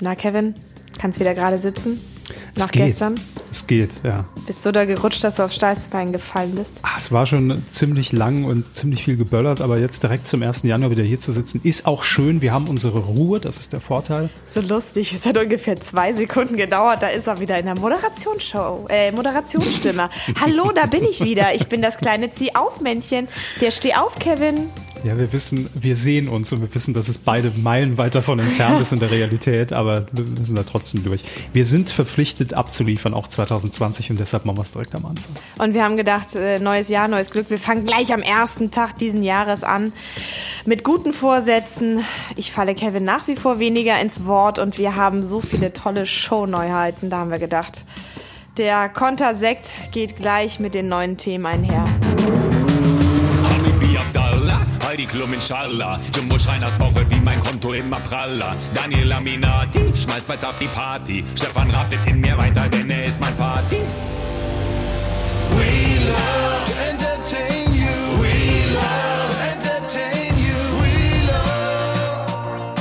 Na, Kevin, kannst wieder gerade sitzen? Es Nach geht. gestern? Es geht, ja. Bist so da gerutscht, dass du aufs Steißbein gefallen bist? Ah, Es war schon ziemlich lang und ziemlich viel geböllert, aber jetzt direkt zum 1. Januar wieder hier zu sitzen, ist auch schön. Wir haben unsere Ruhe, das ist der Vorteil. So lustig. Es hat ungefähr zwei Sekunden gedauert. Da ist er wieder in der Moderationsshow. Äh, Moderationsstimme. Hallo, da bin ich wieder. Ich bin das kleine Zieh-auf-Männchen. Der Steh auf, Kevin. Ja, wir wissen, wir sehen uns und wir wissen, dass es beide Meilen weit davon entfernt ist in der Realität, aber wir müssen da trotzdem durch. Wir sind verpflichtet abzuliefern, auch 2020 und deshalb machen wir es direkt am Anfang. Und wir haben gedacht, äh, neues Jahr, neues Glück. Wir fangen gleich am ersten Tag diesen Jahres an mit guten Vorsätzen. Ich falle Kevin nach wie vor weniger ins Wort und wir haben so viele tolle Show-Neuheiten. Da haben wir gedacht, der Kontersekt geht gleich mit den neuen Themen einher. Habibi Abdallah, Heidi Halt Klum inshallah. Jumbo Schreiners Bauch wird wie mein Konto immer praller. Daniel Aminati schmeißt bald auf die Party. Stefan Raab wird in mir weiter, denn er ist mein Vati. We love to entertain you. We love to entertain you. We love.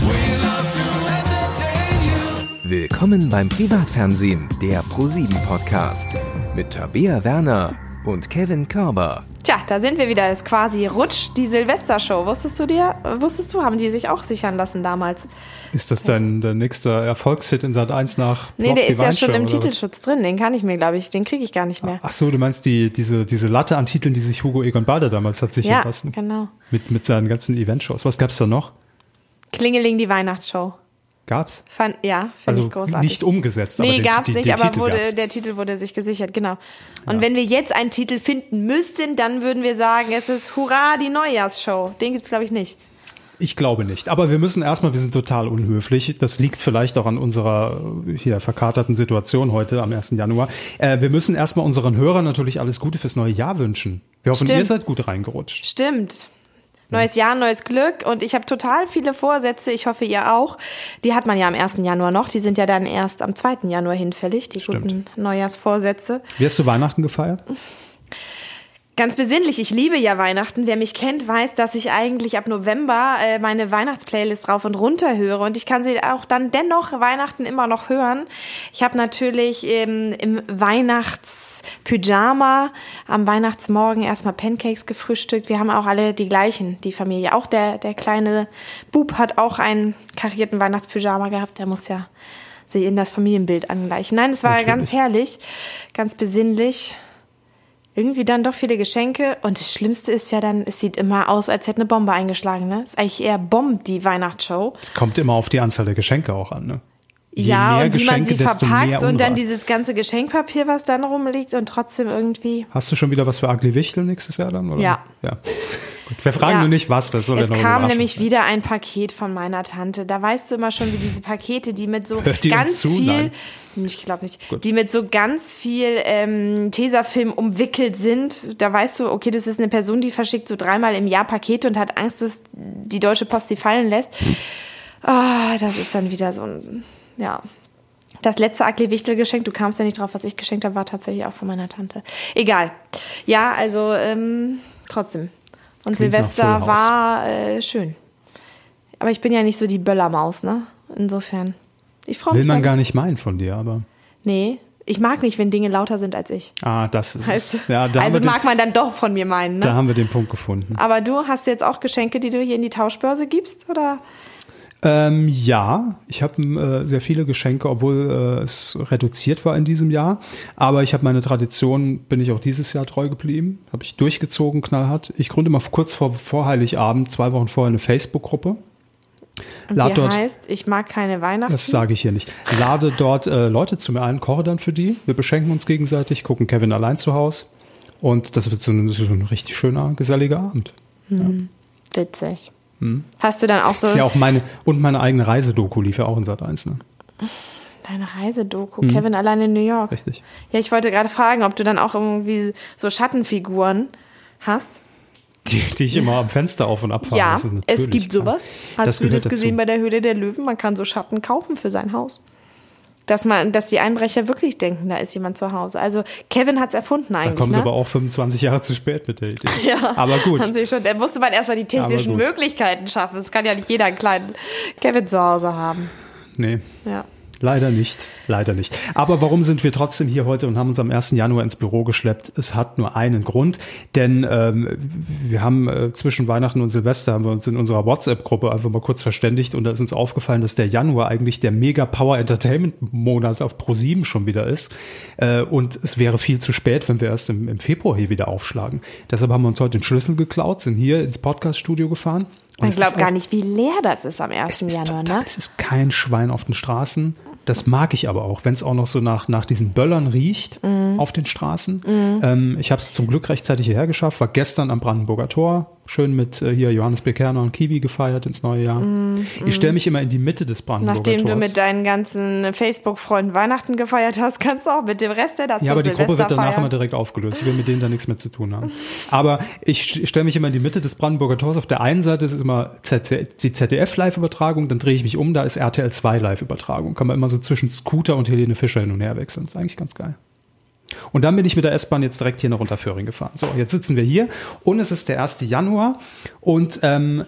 We love to entertain you. Willkommen beim Privatfernsehen, der ProSieben-Podcast. Mit Tabea Werner und Kevin Körber. Tja, da sind wir wieder. Es quasi rutscht die Silvestershow. Wusstest du dir? äh, Wusstest du, haben die sich auch sichern lassen damals? Ist das dein der nächste Erfolgshit in Sat 1 nach Nee, Block der die ist ja schon Weinschirm, im oder was? Titelschutz drin. Den kann ich mir, glaube ich, den kriege ich gar nicht mehr. Ach so, du meinst die, diese, diese Latte an Titeln, die sich Hugo Egon Bader damals hat sichern Ja, lassen? genau. Mit, mit seinen ganzen Eventshows. Was gab's da noch? Klingeling, die Weihnachtsshow. Gab's? Fand, ja, finde Also ich großartig. nicht umgesetzt, aber Nee, den, gab's den, nicht, den aber Titel wurde, gab's. der Titel wurde sich gesichert, genau. Und wenn wir jetzt einen Titel finden müssten, dann würden wir sagen, es ist Hurra, die Neujahrsshow. Den gibt's, glaube ich, nicht. Ich glaube nicht. Aber wir müssen erstmal, wir sind total unhöflich. Das liegt vielleicht auch an unserer äh, hier verkaterten Situation heute am 1. Januar. Äh, wir müssen erstmal unseren Hörern natürlich alles Gute fürs neue Jahr wünschen. Wir hoffen, Stimmt. ihr seid gut reingerutscht. Hm. Stimmt. Neues Jahr, neues Glück. Und ich habe total viele Vorsätze. Ich hoffe, ihr auch. Die hat man ja am 1. Januar noch. Die sind ja dann erst am 2. Januar hinfällig, die Stimmt. guten Neujahrsvorsätze. Wie hast du Weihnachten gefeiert? Ganz besinnlich, ich liebe ja Weihnachten. Wer mich kennt, weiß, dass ich eigentlich ab November äh, meine Weihnachtsplaylist rauf und runter höre und ich kann sie auch dann dennoch Weihnachten immer noch hören. Ich habe natürlich ähm, im Weihnachtspyjama am Weihnachtsmorgen erstmal Pancakes gefrühstückt. Wir haben auch alle die gleichen, die Familie. Auch der, der kleine Bub hat auch einen karierten Weihnachtspyjama gehabt. Der muss ja sich in das Familienbild angleichen. Nein, es war Natürlich. ganz herrlich, ganz besinnlich irgendwie dann doch viele Geschenke. Und das Schlimmste ist ja dann, es sieht immer aus, als hätte eine Bombe eingeschlagen. Ne? Ist eigentlich eher Bomb, die Weihnachtsshow. Es kommt immer auf die Anzahl der Geschenke auch an, ne? Je ja, mehr und wie man Geschenke, sie desto mehr verpackt und dann Unrat. dieses ganze Geschenkpapier, was dann rumliegt und trotzdem irgendwie. Hast du schon wieder was für Ugly Wichtel nächstes Jahr dann? Oder? Ja. ja. Gut, wir fragen Ja. nur nicht, was, was soll Es denn noch kam überraschen? nämlich wieder ein Paket von meiner Tante. Da weißt du immer schon, wie diese Pakete, die mit so Hört die uns ganz zu? viel. Hm, Nein. Ich glaube nicht. Gut. Die mit so ganz viel ähm, Tesafilm umwickelt sind. Da weißt du, okay, das ist eine Person, die verschickt so dreimal im Jahr Pakete und hat Angst, dass die Deutsche Post sie fallen lässt. Ah, das ist dann wieder so ein. Ja. Das letzte Ugly Wichtel geschenk, du kamst ja nicht drauf, was ich geschenkt habe, war tatsächlich auch von meiner Tante. Egal. Ja, also ähm, trotzdem. Und Klingt nach Silvester Full House. war äh, schön. Aber ich bin ja nicht so die Böllermaus, ne? Insofern. Ich freue Will mich. man da- gar nicht meinen von dir, aber. Nee, ich mag nicht, wenn Dinge lauter sind als ich. Ah, das ist. Weißt du? es. Ja, da, haben also wir den, mag man dann doch von mir meinen, da ne? haben wir den Punkt gefunden. Aber du hast jetzt auch Geschenke, die du hier in die Tauschbörse gibst, oder? Ähm, ja, ich habe äh, sehr viele Geschenke, obwohl äh, es reduziert war in diesem Jahr. Aber ich habe meine Tradition, bin ich auch dieses Jahr treu geblieben, habe ich durchgezogen, knallhart. Ich gründe mal kurz vor, vor Heiligabend, zwei Wochen vorher, eine Facebook-Gruppe. Und Lad die dort- heißt, ich mag keine Weihnachten. Das sage ich hier nicht. Lade dort äh, Leute zu mir ein, koche dann für die. Wir beschenken uns gegenseitig, gucken Kevin allein zu Hause. Und das wird so ein, so ein richtig schöner, geselliger Abend. Witzig. Hast du dann auch so Hm? Ist ja auch meine, und meine eigene Reisedoku lief ja auch in Sat 1, ne? deine Reisedoku? Kevin allein in New York. Hm. Richtig. Ja, ich wollte gerade fragen, ob du dann auch irgendwie so Schattenfiguren hast. Die, die ich immer am Fenster auf und abfahre. ja, Das ist natürlich- es gibt sowas. Hast du gehört das gesehen bei der Höhle der Löwen? Man kann so Schatten kaufen für sein Haus. Dass, man, dass die Einbrecher wirklich denken, da ist jemand zu Hause. Also Kevin hat es erfunden Da eigentlich. kommen ne? sie aber auch 25 Jahre zu spät mit der Idee. Ja, aber gut. Haben sie schon, da musste man erstmal die technischen Aber gut. Möglichkeiten schaffen. Das kann ja nicht jeder einen kleinen Kevin zu Hause haben. Nee. Ja. Leider nicht, leider nicht. Aber warum sind wir trotzdem hier heute und haben uns am 1. Januar ins Büro geschleppt? Es hat nur einen Grund, denn ähm, wir haben äh, zwischen Weihnachten und Silvester haben wir uns in unserer WhatsApp-Gruppe einfach mal kurz verständigt und da ist uns aufgefallen, dass der Januar eigentlich der Mega Power Entertainment Monat auf Pro7 schon wieder ist äh, und es wäre viel zu spät, wenn wir erst im, im Februar hier wieder aufschlagen. Deshalb haben wir uns heute den Schlüssel geklaut, sind hier ins Podcast-Studio gefahren. Und Man es glaubt ist gar ein- nicht, wie leer das ist am 1. es ist Januar, total- ne? Es ist kein Schwein auf den Straßen. Das mag ich aber auch, wenn es auch noch so nach, nach diesen Böllern riecht Mhm. auf den Straßen. Ähm, ich habe es zum Glück rechtzeitig hierher geschafft, war gestern am Brandenburger Tor, schön mit äh, hier Johannes Bekerner und Kiwi gefeiert ins neue Jahr. Ich stelle mich immer in die Mitte des Mhm. Brandenburger Nachdem Tors. du mit deinen ganzen Facebook-Freunden Weihnachten gefeiert hast, kannst du auch mit dem Rest der dazu ja, aber die Silvester Gruppe wird danach feiern. immer direkt aufgelöst. Ich will mit denen da nichts mehr zu tun haben. Aber ich stelle mich immer in die Mitte des Brandenburger Tors. Auf der einen Seite ist es immer ZDF, die ZDF-Live-Übertragung, dann drehe ich mich um, da ist RTL 2 Live-Übertragung. Kann man immer so zwischen Scooter und Helene Fischer hin und her wechseln. Ist eigentlich ganz geil. Und dann bin ich mit der S-Bahn jetzt direkt hier nach Unterföhring gefahren. So, jetzt sitzen wir hier und es ist der 1. Januar und ähm,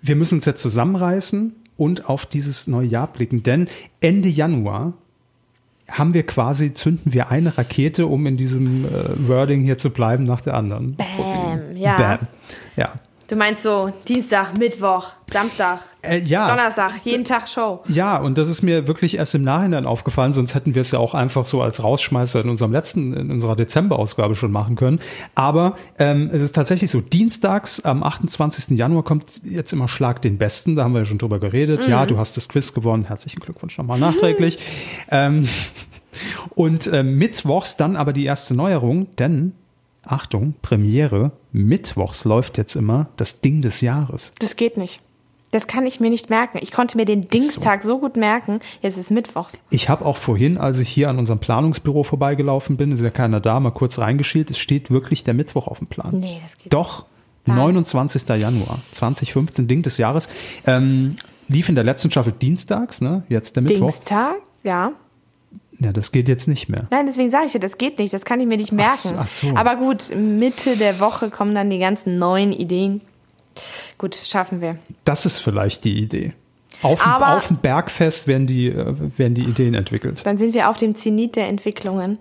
wir müssen uns jetzt zusammenreißen und auf dieses neue Jahr blicken, denn Ende Januar haben wir quasi, zünden wir eine Rakete, um in diesem äh, Wording hier zu bleiben, nach der anderen. Prosim. ja. Bam. Ja. Du meinst so Dienstag, Mittwoch, Samstag, Äh, ja. Donnerstag, jeden Tag Show. Ja, und das ist mir wirklich erst im Nachhinein aufgefallen, sonst hätten wir es ja auch einfach so als Rausschmeißer in unserem letzten, in unserer Dezemberausgabe schon machen können. Aber ähm, es ist tatsächlich so, dienstags am 28. Januar kommt jetzt immer Schlag den Besten, da haben wir ja schon drüber geredet. Ja, du hast das Quiz gewonnen, herzlichen Glückwunsch nochmal nachträglich. ähm, und äh, mittwochs dann aber die erste Neuerung, denn, Achtung, Premiere, mittwochs läuft jetzt immer das Ding des Jahres. Das geht nicht. Das kann ich mir nicht merken. Ich konnte mir den Dingstag so, gut merken. Jetzt ist Mittwochs. Ich habe auch vorhin, als ich hier an unserem Planungsbüro vorbeigelaufen bin, ist ja keiner da, mal kurz reingeschielt, es steht wirklich der Mittwoch auf dem Plan. Nee, das geht Doch, 29. Januar 2015, Ding des Jahres. Ähm, lief in der letzten Staffel dienstags, ne? jetzt der Mittwoch. Dingstag? Ja. Ja, das geht jetzt nicht mehr. Nein, deswegen sage ich dir, das geht nicht. Das kann ich mir nicht merken. so, ach so. Aber gut, Mitte der Woche kommen dann die ganzen neuen Ideen. Gut, schaffen wir. Das ist vielleicht die Idee. Auf, dem- Aber- auf dem Bergfest werden die, äh, werden die Ideen entwickelt. Dann sind wir auf dem Zenit der Entwicklungen.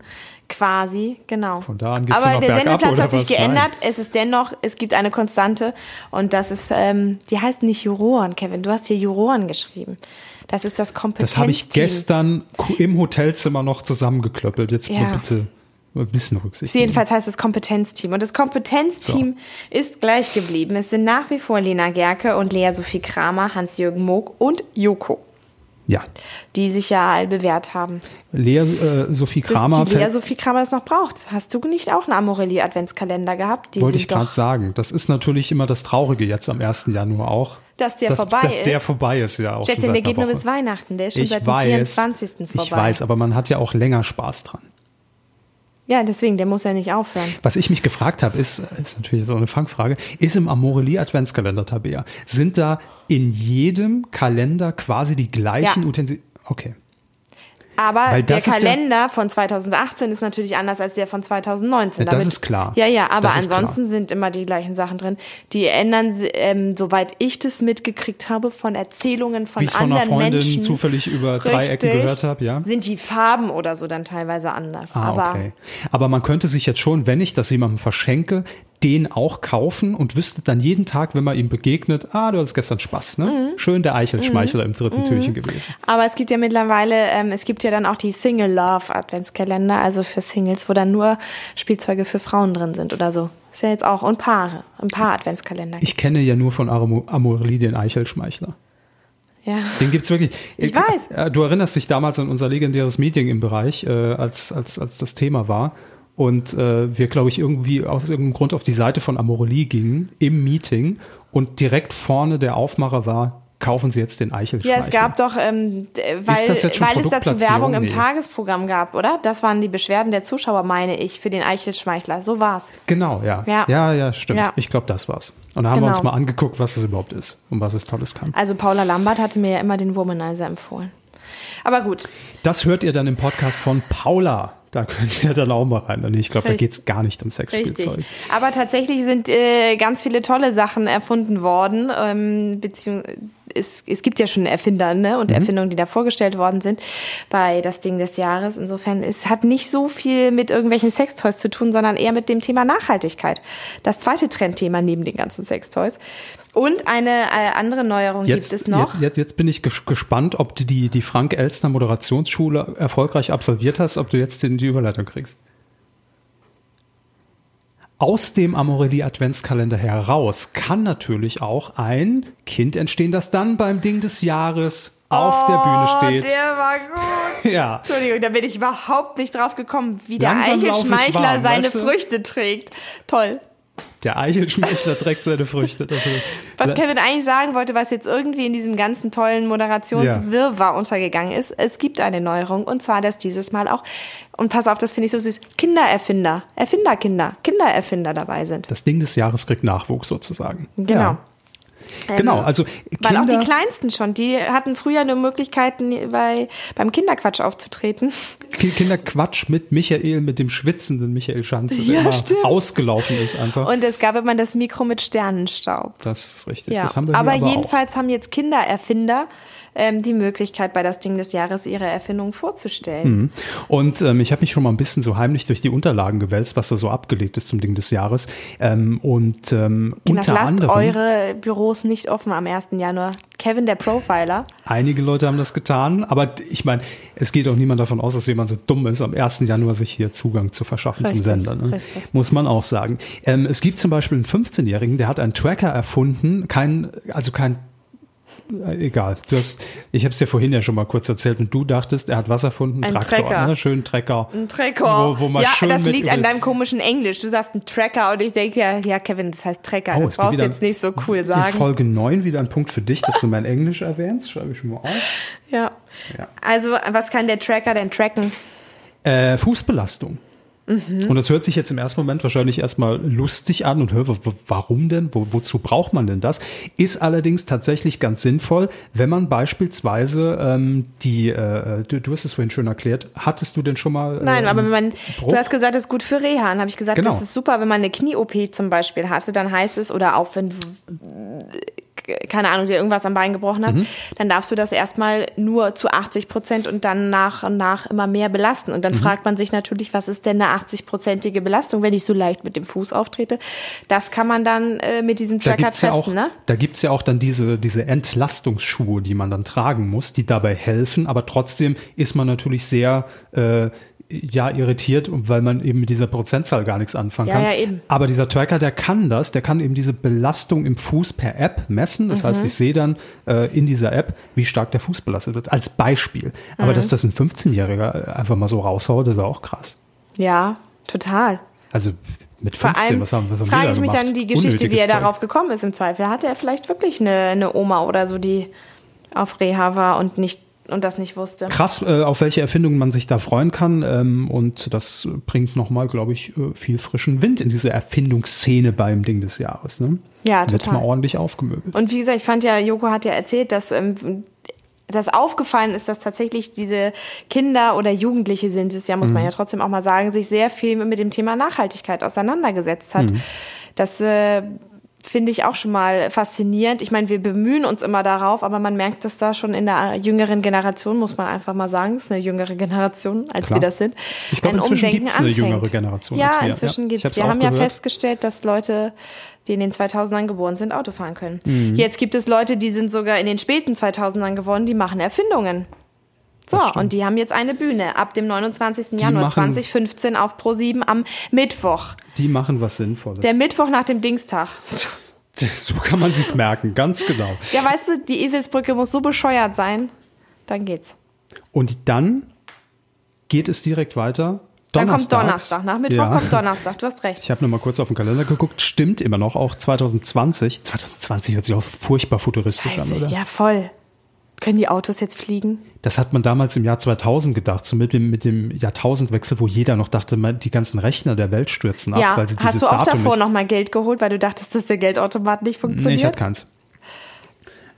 Quasi, genau. Von da an geht's Aber nur noch der bergab, Sendeplatz oder hat sich was? geändert. Es ist dennoch, es gibt eine Konstante. Und das ist, ähm, die heißt nicht Juroren, Kevin. Du hast hier Juroren geschrieben. Das ist das Kompetenzteam. Das habe ich gestern ku- im Hotelzimmer noch zusammengeklöppelt. Jetzt Ja. mal bitte ein bisschen Rücksicht. nehmen. Jedenfalls heißt es Kompetenzteam. Und das Kompetenzteam ist gleich geblieben. Es sind nach wie vor Lena Gerke und Lea Sophie Kramer, Hans-Jürgen Moog und Joko, Ja. die sich ja bewährt haben. Lea äh, Sophie Bis Kramer die Lea fällt Sophie Kramer das noch braucht. Hast du nicht auch einen Amorelli-Adventskalender gehabt? Die Wollte sind ich gerade doch- sagen. Das ist natürlich immer das Traurige jetzt am 1. Januar auch. Dass der vorbei dass ist. der vorbei ist, ja. Auch Schätzchen, schon der seit geht einer nur Woche. bis Weihnachten. Der ist schon ich seit dem weiß, 24. vorbei. Ich weiß, aber man hat ja auch länger Spaß dran. Ja, deswegen, der muss ja nicht aufhören. Was ich mich gefragt habe, ist, ist natürlich so eine Fangfrage, ist im Amorelie Adventskalender, Tabea, sind da in jedem Kalender quasi die gleichen Ja. Utensilien? Okay. Aber Weil der das ist ja- Kalender von 2018 ist natürlich anders als der von 2019. Ja, das ist klar. Ja, ja, aber Das ist ansonsten sind immer die gleichen Sachen drin. Die ändern, si- ähm, soweit ich das mitgekriegt habe, von Erzählungen von Wie ich's von anderen einer Freundin Menschen. zufällig über drei Ecken gehört habe, ja. Sind die Farben oder so dann teilweise anders. Ah, aber okay. Aber man könnte sich jetzt schon, wenn ich das jemandem verschenke, den auch kaufen und wüsste dann jeden Tag, wenn man ihm begegnet, ah, du hattest gestern Spaß, ne? Mhm. Schön der Eichelschmeichler im dritten Türchen gewesen. Aber es gibt ja mittlerweile, ähm, es gibt ja dann auch die Single Love Adventskalender, also für Singles, wo dann nur Spielzeuge für Frauen drin sind oder so. Ist ja jetzt auch. Und Paare. Ein paar Adventskalender. Ich kenne ja nur von Amo- Amorelie den Eichelschmeichler. ja. Den gibt's wirklich. Ich weiß. Äh, Du erinnerst dich damals an unser legendäres Meeting im Bereich, äh, als, als, als das Thema war. Und äh, wir, glaube ich, irgendwie aus irgendeinem Grund auf die Seite von Amorelie gingen im Meeting und direkt vorne der Aufmacher war, kaufen Sie jetzt den Ja, Eichelschmeichler. es gab doch, ähm, d- äh, weil, Ist das jetzt schon weil es dazu Produktplatzierung? Werbung im Nee. Tagesprogramm gab, oder? Das waren die Beschwerden der Zuschauer, meine ich, für den Eichelschmeichler. So war's. Genau, ja. Ja. Ja, ja, stimmt. Ja. Ich glaube, das war's. Und da haben wir Genau. uns mal angeguckt, was es überhaupt ist und was es Tolles kann. Also Paula Lambert hatte mir ja immer den Womanizer empfohlen. Aber gut, Das hört ihr dann im Podcast von Paula. Da könnt ihr dann auch mal rein. Nee, ich glaube, da Richtig. geht's gar nicht um Sexspielzeug. Richtig. Aber tatsächlich sind äh, ganz viele tolle Sachen erfunden worden, ähm, beziehungsweise es, es gibt ja schon Erfinder ne? Mhm. und Erfindungen, die da vorgestellt worden sind bei das Ding des Jahres. Insofern, es hat nicht so viel mit irgendwelchen Sextoys zu tun, sondern eher mit dem Thema Nachhaltigkeit. Das zweite Trendthema neben den ganzen Sextoys. Und eine äh, andere Neuerung gibt es noch. Jetzt, jetzt bin ich ges gespannt, ob du die, die Frank-Elstner-Moderationsschule erfolgreich absolviert hast, ob du jetzt den, die Überleitung kriegst. Aus dem Amorelie-Adventskalender heraus kann natürlich auch ein Kind entstehen, das dann beim Ding des Jahres auf der Bühne steht. Oh, Der war gut. Ja. Entschuldigung, da bin ich überhaupt nicht drauf gekommen, wie der Langsam lauf ich Eichelschmeichler warm, seine weißt du? Früchte trägt. Toll. Der Eichelschmeichler trägt seine Früchte. Das ist- Was Kevin eigentlich sagen wollte, was jetzt irgendwie in diesem ganzen tollen Moderationswirrwarr untergegangen ist, es gibt eine Neuerung und zwar, dass dieses Mal auch, und pass auf, das finde ich so süß, Kindererfinder, Erfinderkinder, Kindererfinder dabei sind. das Ding des Jahres kriegt Nachwuchs sozusagen. Genau. Ähm, Ja. Genau, also Weil auch die Kinder- Kleinsten schon, die hatten früher nur Möglichkeiten, bei, beim Kinderquatsch aufzutreten. Ki- Kinderquatsch mit Michael, mit dem schwitzenden Michael Schanze, der Ja, immer stimmt. ausgelaufen ist einfach. Und es gab immer das Mikro mit Sternenstaub. das ist richtig. Ja, Das haben wir hier aber, aber auch. jedenfalls haben jetzt Kindererfinder ähm, die Möglichkeit, bei das Ding des Jahres ihre Erfindung vorzustellen. Und ähm, ich habe mich schon mal ein bisschen so heimlich durch die Unterlagen gewälzt, was da so abgelegt ist zum Ding des Jahres. Ähm, und ähm, Kinder, unter Genau, lasst anderem, eure Büros nicht offen am 1. Januar. Kevin, der Profiler. einige Leute haben das getan, aber d- ich meine, es geht auch niemand davon aus, dass jemand so dumm ist, am 1. Januar sich hier Zugang zu verschaffen Richtig, zum Sender. Ne? richtig. Muss man auch sagen. Ähm, es gibt zum Beispiel einen 15-Jährigen, der hat einen Tracker erfunden, kein, also kein äh, Egal, du hast, ich habe es dir vorhin ja schon mal kurz erzählt und du dachtest, er hat was erfunden, Ein Traktor, Trecker. ne? schönen Trecker, Ein Tracker. wo, wo man ja, schön das mit liegt an über- deinem komischen Englisch. Du sagst ein Tracker und ich denke ja, ja, Kevin, das heißt Tracker. Oh, das es geht brauchst du wieder- jetzt nicht so cool In sagen. Folge 9 wieder ein Punkt für dich, dass du mein Englisch erwähnst. Schreibe ich mal auf. Ja. Ja. Also, was kann der Tracker denn tracken? Äh, Fußbelastung. Mhm. Und das hört sich jetzt im ersten Moment wahrscheinlich erstmal lustig an und hör, w- warum denn? Wo, wozu braucht man denn das? Ist allerdings tatsächlich ganz sinnvoll, wenn man beispielsweise ähm, die, äh, du, du hast es vorhin schön erklärt, hattest du denn schon mal. äh, Nein, aber wenn man, Bruch? du hast gesagt, das ist gut für Reha. Dann habe ich gesagt, Genau. das ist super, wenn man eine Knie-OP zum Beispiel hatte, dann heißt es, oder auch wenn, äh, keine Ahnung, dir irgendwas am Bein gebrochen Mhm. hast, dann darfst du das erstmal nur zu 80 Prozent und dann nach und nach immer mehr belasten. Und dann Mhm. fragt man sich natürlich, was ist denn eine 80-prozentige Belastung, wenn ich so leicht mit dem Fuß auftrete? Das kann man dann äh, mit diesem Da Tracker gibt's ja testen, auch, ne? da gibt's ja auch dann diese, diese Entlastungsschuhe, die man dann tragen muss, die dabei helfen, aber trotzdem ist man natürlich sehr äh, ja, irritiert, weil man eben mit dieser Prozentzahl gar nichts anfangen Ja, kann. ja, eben. Aber dieser Tracker, der kann das, der kann eben diese Belastung im Fuß per App messen. Das Mhm. heißt, ich sehe dann äh, in dieser App, wie stark der Fuß belastet wird, als Beispiel. Aber Mhm. dass das ein 15-Jähriger einfach mal so raushaut, ist ja auch krass. Ja, total. Also mit Vor 15, allem was haben, was haben wir frage da ich mich gemacht? dann die Geschichte, wie Unnötiges er Zeug. darauf gekommen ist im Zweifel. Hatte er vielleicht wirklich eine, eine Oma oder so, die auf Reha war und, nicht, und das nicht wusste? krass, äh, auf welche Erfindungen man sich da freuen kann. Ähm, und das bringt nochmal, glaube ich, äh, viel frischen Wind in diese Erfindungsszene beim Ding des Jahres. Ne? Ja, Wird total. mal ordentlich aufgemöbelt. Und wie gesagt, ich fand ja, Joko hat ja erzählt, dass ähm, das aufgefallen ist, dass tatsächlich diese Kinder oder Jugendliche sind es ja, muss man ja trotzdem auch mal sagen, sich sehr viel mit dem Thema Nachhaltigkeit auseinandergesetzt hat. Das äh, finde ich auch schon mal faszinierend. Ich meine, wir bemühen uns immer darauf, aber man merkt das da schon in der jüngeren Generation, muss man einfach mal sagen. Es ist eine jüngere Generation, als Klar. wir das sind. Ich glaube, ein inzwischen Umdenken gibt's eine anfängt. jüngere Generation Ja, als wir. Ja, inzwischen ich gibt's. hab's Wir auch haben ja gehört. festgestellt, dass Leute, die in den 2000ern geboren sind, Auto fahren können. Mhm. Jetzt gibt es Leute, die sind sogar in den späten 2000ern geworden, die machen Erfindungen. So, Das stimmt. und die haben jetzt eine Bühne ab dem 29. Januar machen- 2015 auf Pro7 am Mittwoch. Die machen was Sinnvolles. Der Mittwoch nach dem Dingstag. so kann man sich's merken, ganz genau. Ja, weißt du, die Eselsbrücke muss so bescheuert sein. Dann geht's. Und dann geht es direkt weiter. Dann kommt Donnerstags. Donnerstag. Nach Mittwoch Ja. kommt Donnerstag. Du hast recht. Ich habe nochmal kurz auf den Kalender geguckt. Stimmt immer noch, auch 2020. 2020 hört sich auch so furchtbar futuristisch an, oder? ja, voll. Können die Autos jetzt fliegen? Das hat man damals im Jahr 2000 gedacht, so mit dem, mit dem Jahrtausendwechsel, wo jeder noch dachte, man, die ganzen Rechner der Welt stürzen ab, ja, weil sie hast dieses du auch Datum davor nicht. nochmal Geld geholt, weil du dachtest, dass der Geldautomat nicht nee, funktioniert? ich hatte keins.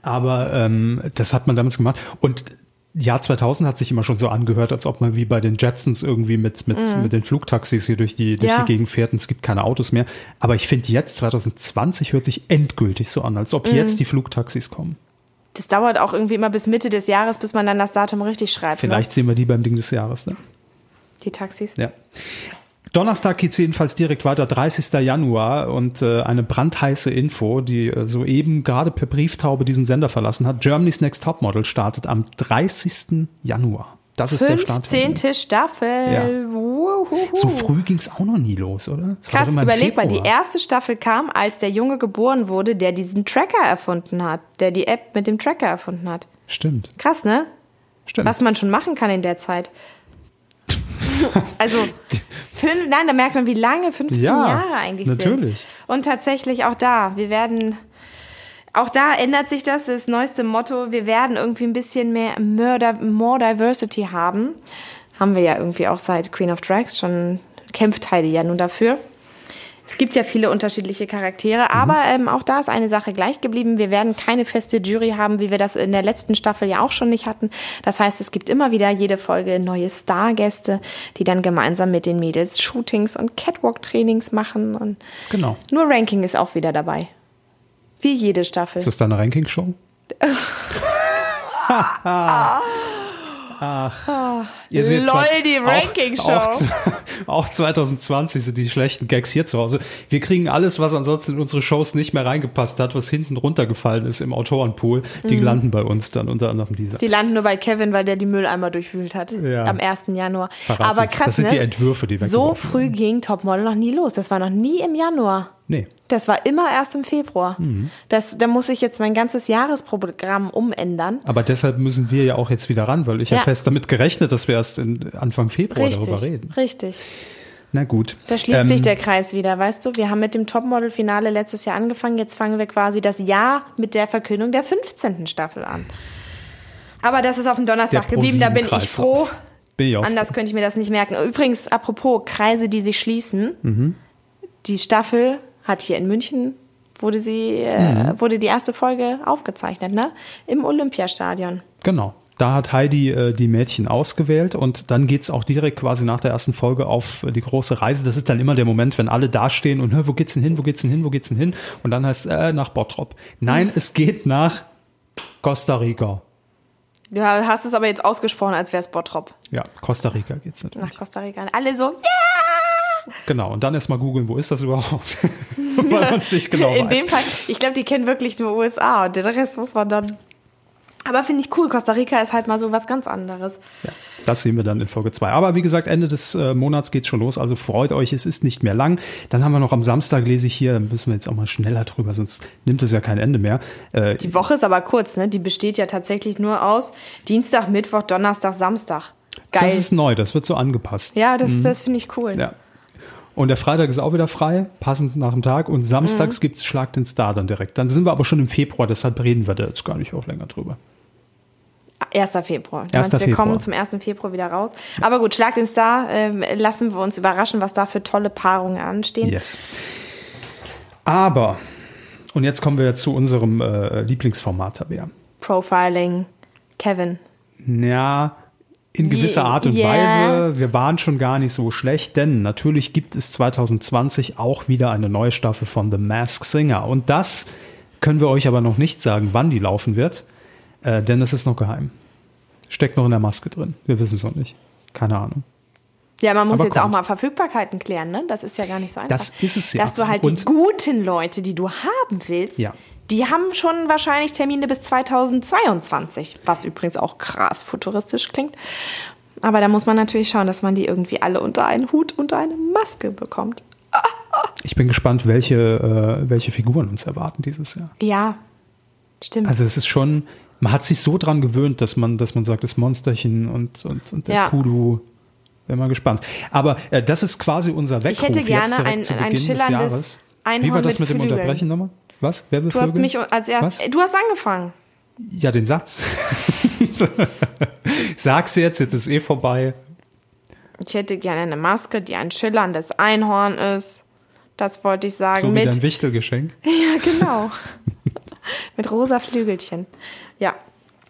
Aber ähm, das hat man damals gemacht. Und Jahr 2000 hat sich immer schon so angehört, als ob man wie bei den Jetsons irgendwie mit, mit, mit den Flugtaxis hier durch die, durch Mhm. Ja. die Gegend fährt und es gibt keine Autos mehr. Mhm. Aber ich finde jetzt, 2020 hört sich endgültig so an, als ob jetzt die Flugtaxis kommen. das dauert auch irgendwie immer bis Mitte des Jahres, bis man dann das Datum richtig schreibt. Vielleicht sehen wir die beim Ding des Jahres, ne? Ne? Die Taxis. Ja. Donnerstag geht es jedenfalls direkt weiter, 30. Januar und äh, eine brandheiße Info, die äh, soeben gerade per Brieftaube diesen Sender verlassen hat. Germany's Next Topmodel startet am 30. Januar. Das ist der Start. 15. Staffel. Ja. Wuhuhu. So früh ging es auch noch nie los, oder? Das war Krass, doch immer im überleg mal, die Februar. erste Staffel kam, als der Junge geboren wurde, der diesen Tracker erfunden hat, der die App mit dem Tracker erfunden hat. Stimmt, Krass, ne? stimmt. Was man schon machen kann in der Zeit. also, fünf, nein, da merkt man, wie lange 15 Ja, Jahre eigentlich sind. natürlich. Und tatsächlich auch da, wir werden, auch da ändert sich das, das neueste Motto, wir werden irgendwie ein bisschen mehr Murder, More Diversity haben. Haben wir ja irgendwie auch seit Queen of Drags schon, kämpft Heidi ja nun dafür. Es gibt ja viele unterschiedliche Charaktere, aber ähm, auch da ist eine Sache gleich geblieben. Wir werden keine feste Jury haben, wie wir das in der letzten Staffel ja auch schon nicht hatten. Das heißt, es gibt immer wieder jede Folge neue Stargäste, die dann gemeinsam mit den Mädels Shootings und Catwalk-Trainings machen. Und Genau. nur Ranking ist auch wieder dabei. Wie jede Staffel. Ist das deine Ranking-Show? Ach. Ihr seht Lol, zwar- die auch- Ranking-Show. Auch, zu- auch 2020 sind die schlechten Gags hier zu Hause. Wir kriegen alles, was ansonsten in unsere Shows nicht mehr reingepasst hat, was hinten runtergefallen ist im Autorenpool, die landen bei uns dann unter anderem dieser. Mhm. Die landen nur bei Kevin, weil der die Mülleimer durchwühlt hat. Ja. Am 1. Januar. Verrat Aber sich. krass, Das sind ne? die Entwürfe, die So weggeworfen früh ging Topmodel noch nie los. Das war noch nie im Januar. Nee. Das war immer erst im Februar. Mhm. Das, da muss ich jetzt mein ganzes Jahresprogramm umändern. Aber deshalb müssen wir ja auch jetzt wieder ran, weil ich Ja. habe fest damit gerechnet, dass wir erst in Anfang Februar Richtig, darüber reden. richtig. Na gut. Da schließt Ähm, sich der Kreis wieder, weißt du? Wir haben mit dem Topmodel-Finale letztes Jahr angefangen. Jetzt fangen wir quasi das Jahr mit der Verkündung der 15. Staffel an. Aber das ist auf dem Donnerstag Der geblieben. Da bin ich froh. ProSieben-Kreislauf. Bin ich auch Anders könnte ich mir das nicht merken. Übrigens, apropos Kreise, die sich schließen. Mhm. Die Staffel hat hier in München, wurde, sie, Mhm. äh, wurde die erste Folge aufgezeichnet, ne? Im Olympiastadion. Genau. Da hat Heidi äh, die Mädchen ausgewählt und dann geht's auch direkt quasi nach der ersten Folge auf äh, die große Reise. Das ist dann immer der Moment, wenn alle dastehen und "Hä, wo geht's denn hin, wo geht's denn hin, wo geht's denn hin? Und dann heißt es äh, nach Bottrop. Nein, es geht nach Costa Rica. Du hast es aber jetzt ausgesprochen, als wäre es Bottrop. Ja, Costa Rica geht's natürlich. Nach Costa Rica. Also, Alle so, Genau. Und dann erst mal googeln, wo ist das überhaupt? Weil man es nicht genau in weiß. dem Fall, ich glaube, die kennen wirklich nur USA und den Rest muss man dann. Aber finde ich cool. Costa Rica ist halt mal so was ganz anderes. Ja, das sehen wir dann in Folge 2. Aber wie gesagt, Ende des äh, Monats geht's schon los, also freut euch, es ist nicht mehr lang. Dann haben wir noch am Samstag, lese ich hier, dann müssen wir jetzt auch mal schneller drüber, sonst nimmt es ja kein Ende mehr. Äh, Die Woche ist aber kurz, ne? Die besteht ja tatsächlich nur aus Dienstag, Mittwoch, Donnerstag, Samstag. Geil. das ist neu, das wird so angepasst. ja, das, das finde ich cool. Ja. Und der Freitag ist auch wieder frei, passend nach dem Tag. Und Mhm. samstags gibt's Schlag den Star dann direkt. Dann sind wir aber schon im Februar, deshalb reden wir da jetzt gar nicht auch länger drüber. 1. Ah, Februar. Du 1. meinst, wir Februar. kommen zum 1. Februar wieder raus. Aber gut, Schlag den Star, ähm, lassen wir uns überraschen, was da für tolle Paarungen anstehen. Yes. Aber, und jetzt kommen wir zu unserem äh, Lieblingsformat, Tabea. Profiling, Kevin. Ja, in gewisser Je- Art und ja. Weise. Wir waren schon gar nicht so schlecht, denn natürlich gibt es 2020 auch wieder eine neue Staffel von The Mask Singer. Und das können wir euch aber noch nicht sagen, wann die laufen wird, äh, denn es ist noch geheim. Steckt noch in der Maske drin. Wir wissen es noch nicht. Keine Ahnung. Ja, man muss Aber jetzt auch kommt. mal Verfügbarkeiten klären, ne? Das ist ja gar nicht so einfach. Das ist es ja. Dass du halt die Und- guten Leute, die du haben willst, Ja. die haben schon wahrscheinlich Termine bis 2022, was übrigens auch krass futuristisch klingt. Aber da muss man natürlich schauen, dass man die irgendwie alle unter einen Hut, unter eine Maske bekommt. Ich bin gespannt, welche, äh, welche Figuren uns erwarten dieses Jahr. Ja, stimmt. Also es ist schon, man hat sich so dran gewöhnt, dass man, dass man sagt, das Monsterchen und, und, und der Ja. Kudu. Bin mal gespannt. Aber äh, das ist quasi unser Weckruf Ich hätte gerne jetzt direkt ein- zu ein Beginn des schillerndes Jahres. Wie Einhorn war das mit, mit dem Flügeln. Unterbrechen nochmal? Was? Wer will du hast Vögel? mich als Was? erstes. Du hast angefangen. Ja, den Satz. Sag's jetzt, jetzt ist eh vorbei. Ich hätte gerne eine Maske, die ein schillerndes Einhorn ist. Das wollte ich sagen. So wie mit dein Wichtelgeschenk. Ja, genau. Mit rosa Flügelchen. Ja.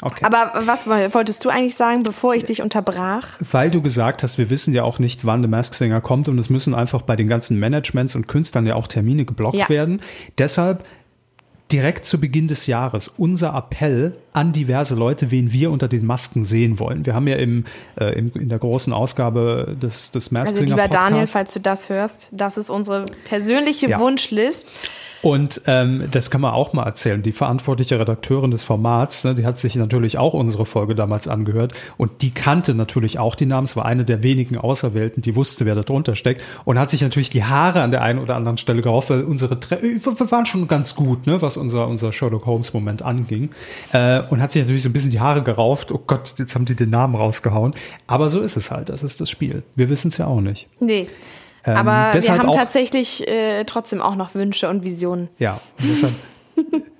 Okay. Aber was wolltest du eigentlich sagen, bevor ich dich unterbrach? Weil du gesagt hast, wir wissen ja auch nicht, wann The Mask Singer kommt und es müssen einfach bei den ganzen Managements und Künstlern ja auch Termine geblockt Ja. werden. Deshalb direkt zu Beginn des Jahres unser Appell an diverse Leute, wen wir unter den Masken sehen wollen. Wir haben ja im, äh, im, in der großen Ausgabe des, des Also Masklinger lieber Podcasts. Daniel, falls du das hörst, das ist unsere persönliche Ja. Wunschlist. Und ähm, das kann man auch mal erzählen. Die verantwortliche Redakteurin des Formats, ne, die hat sich natürlich auch unsere Folge damals angehört und die kannte natürlich auch die Namen. Es war eine der wenigen Auserwählten, die wusste, wer da drunter steckt und hat sich natürlich die Haare an der einen oder anderen Stelle gerauft, weil unsere Tre äh, wir wir waren schon ganz gut, ne, was unser, unser Sherlock Holmes-Moment anging. Äh, und hat sich natürlich so ein bisschen die Haare gerauft. Oh Gott, jetzt haben die den Namen rausgehauen. Aber so ist es halt. Das ist das Spiel. Wir wissen es ja auch nicht. Nee. Aber wir Ähm, deshalb haben auch- tatsächlich äh, trotzdem auch noch Wünsche und Visionen. Ja, und deshalb,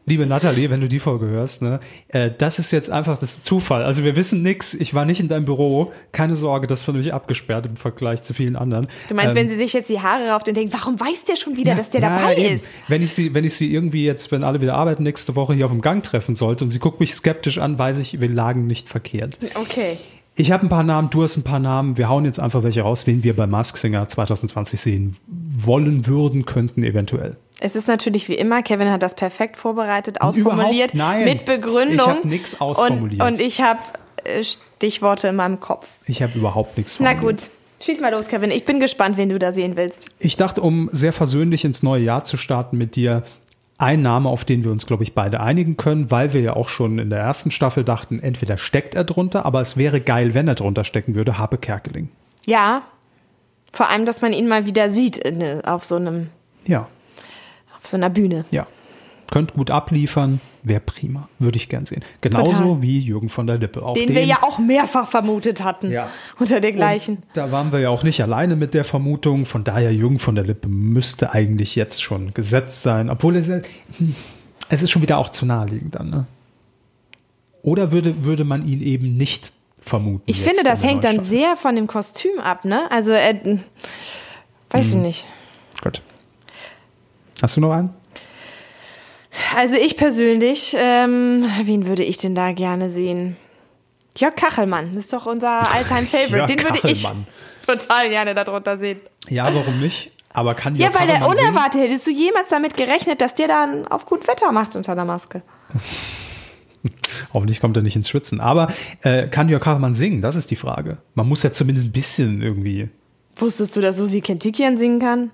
liebe Nathalie, wenn du die Folge hörst, ne, äh, das ist jetzt einfach das Zufall. Also wir wissen nichts, ich war nicht in deinem Büro, keine Sorge, das wird nämlich abgesperrt im Vergleich zu vielen anderen. Du meinst, Ähm, wenn sie sich jetzt die Haare rauft und denkt, warum weiß der schon wieder, dass der ja, dabei eben. ist? Wenn ich sie, wenn ich sie irgendwie jetzt, wenn alle wieder arbeiten, nächste Woche hier auf dem Gang treffen sollte und sie guckt mich skeptisch an, weiß ich, wir lagen nicht verkehrt. Okay. Ich habe ein paar Namen, du hast ein paar Namen. Wir hauen jetzt einfach welche raus, wen wir bei Mask Singer 2020 sehen wollen würden, könnten eventuell. Es ist natürlich wie immer, Kevin hat das perfekt vorbereitet, ausformuliert, Überhaupt nein. mit Begründung. Ich hab nix ausformuliert. Und, und ich habe äh, Stichworte in meinem Kopf. Ich habe überhaupt nichts Na formuliert. gut, schieß mal los, Kevin. Ich bin gespannt, wen du da sehen willst. Ich dachte, um sehr versöhnlich ins neue Jahr zu starten mit dir, ein Name, auf den wir uns, glaube ich, beide einigen können, weil wir ja auch schon in der ersten Staffel dachten, entweder steckt er drunter, aber es wäre geil, wenn er drunter stecken würde, Habe Kerkeling. Ja, vor allem, dass man ihn mal wieder sieht in, auf, so einem, Ja, auf so einer Bühne. ja. Könnt gut abliefern, wäre prima, würde ich gern sehen. Genauso Total. wie Jürgen von der Lippe. Auch Den wir ja auch mehrfach vermutet hatten. Ja. Unter dergleichen. Und Da waren wir ja auch nicht alleine mit der Vermutung. Von daher, Jürgen von der Lippe müsste eigentlich jetzt schon gesetzt sein. Obwohl es, ja- hm, es ist schon wieder auch zu naheliegend dann. Ne? Oder würde, würde man ihn eben nicht vermuten? Ich jetzt finde, das in der hängt dann Neustadt? sehr von dem Kostüm ab, ne? Also, äh, weiß Mhm. ich nicht. Gut. Hast du noch einen? Also ich persönlich, ähm, wen würde ich denn da gerne sehen? Jörg Kachelmann, das ist doch unser alltime favorite Jörg Den würde Kachelmann. ich total gerne darunter sehen. Ja, warum nicht? Aber kann Ja, Jörg weil der Habermann singen? unerwartet, hättest du jemals damit gerechnet, dass der dann auf gut Wetter macht unter der Maske? Hoffentlich kommt er nicht ins Schwitzen. Aber äh, kann Jörg Habermann singen? Das ist die Frage. Man muss ja zumindest ein bisschen irgendwie. Wusstest du, dass Susi Kentikian singen kann?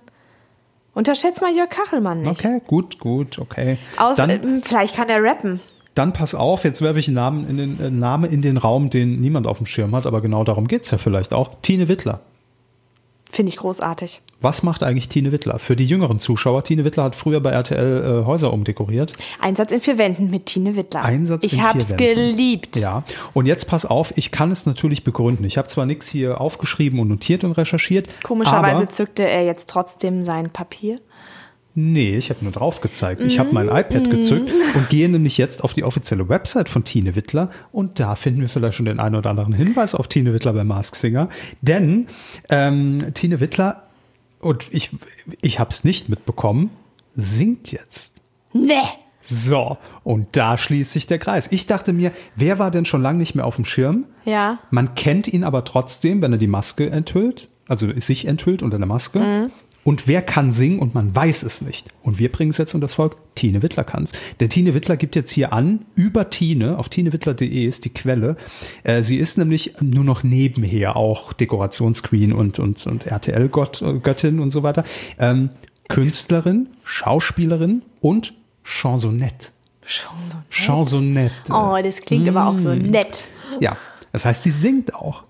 Unterschätzt mal Jörg Kachelmann nicht. Okay, gut, gut, okay. Aus, Dann- ähm, vielleicht kann er rappen. Dann pass auf, jetzt werfe ich einen Namen in den, äh, Name in den Raum, den niemand auf dem Schirm hat, aber genau darum geht es ja vielleicht auch. Tine Wittler. Finde ich großartig. Was macht eigentlich Tine Wittler? Für die jüngeren Zuschauer, Tine Wittler hat früher bei RTL äh, Häuser umdekoriert. Einsatz in vier Wänden mit Tine Wittler. Einsatz ich in vier hab's Wänden. geliebt. Ja, und jetzt pass auf, ich kann es natürlich begründen. Ich habe zwar nichts hier aufgeschrieben und notiert und recherchiert. Komischerweise aber- zückte er jetzt trotzdem sein Papier. Nee, ich habe nur drauf gezeigt. Ich habe mein iPad gezückt und gehe nämlich jetzt auf die offizielle Website von Tine Wittler und da finden wir vielleicht schon den einen oder anderen Hinweis auf Tine Wittler bei Mask Singer. Denn ähm, Tine Wittler, und ich, ich habe es nicht mitbekommen, singt jetzt. Nee! So, und da schließt sich der Kreis. Ich dachte mir, wer war denn schon lange nicht mehr auf dem Schirm? Ja. Man kennt ihn aber trotzdem, wenn er die Maske enthüllt, also sich enthüllt unter der Maske. Und wer kann singen und man weiß es nicht. Und wir bringen es jetzt unter das Volk, Tine Wittler kanns. Denn Tine Wittler gibt jetzt hier an, über Tine, auf tinewittler.de ist die Quelle. Äh, sie ist nämlich nur noch nebenher auch Dekorationsqueen und, und, und RTL-Göttin und so weiter. Ähm, Künstlerin, Schauspielerin und Chansonette. Chansonette. Oh, das klingt aber auch so Hm. nett. Ja, das heißt, sie singt auch.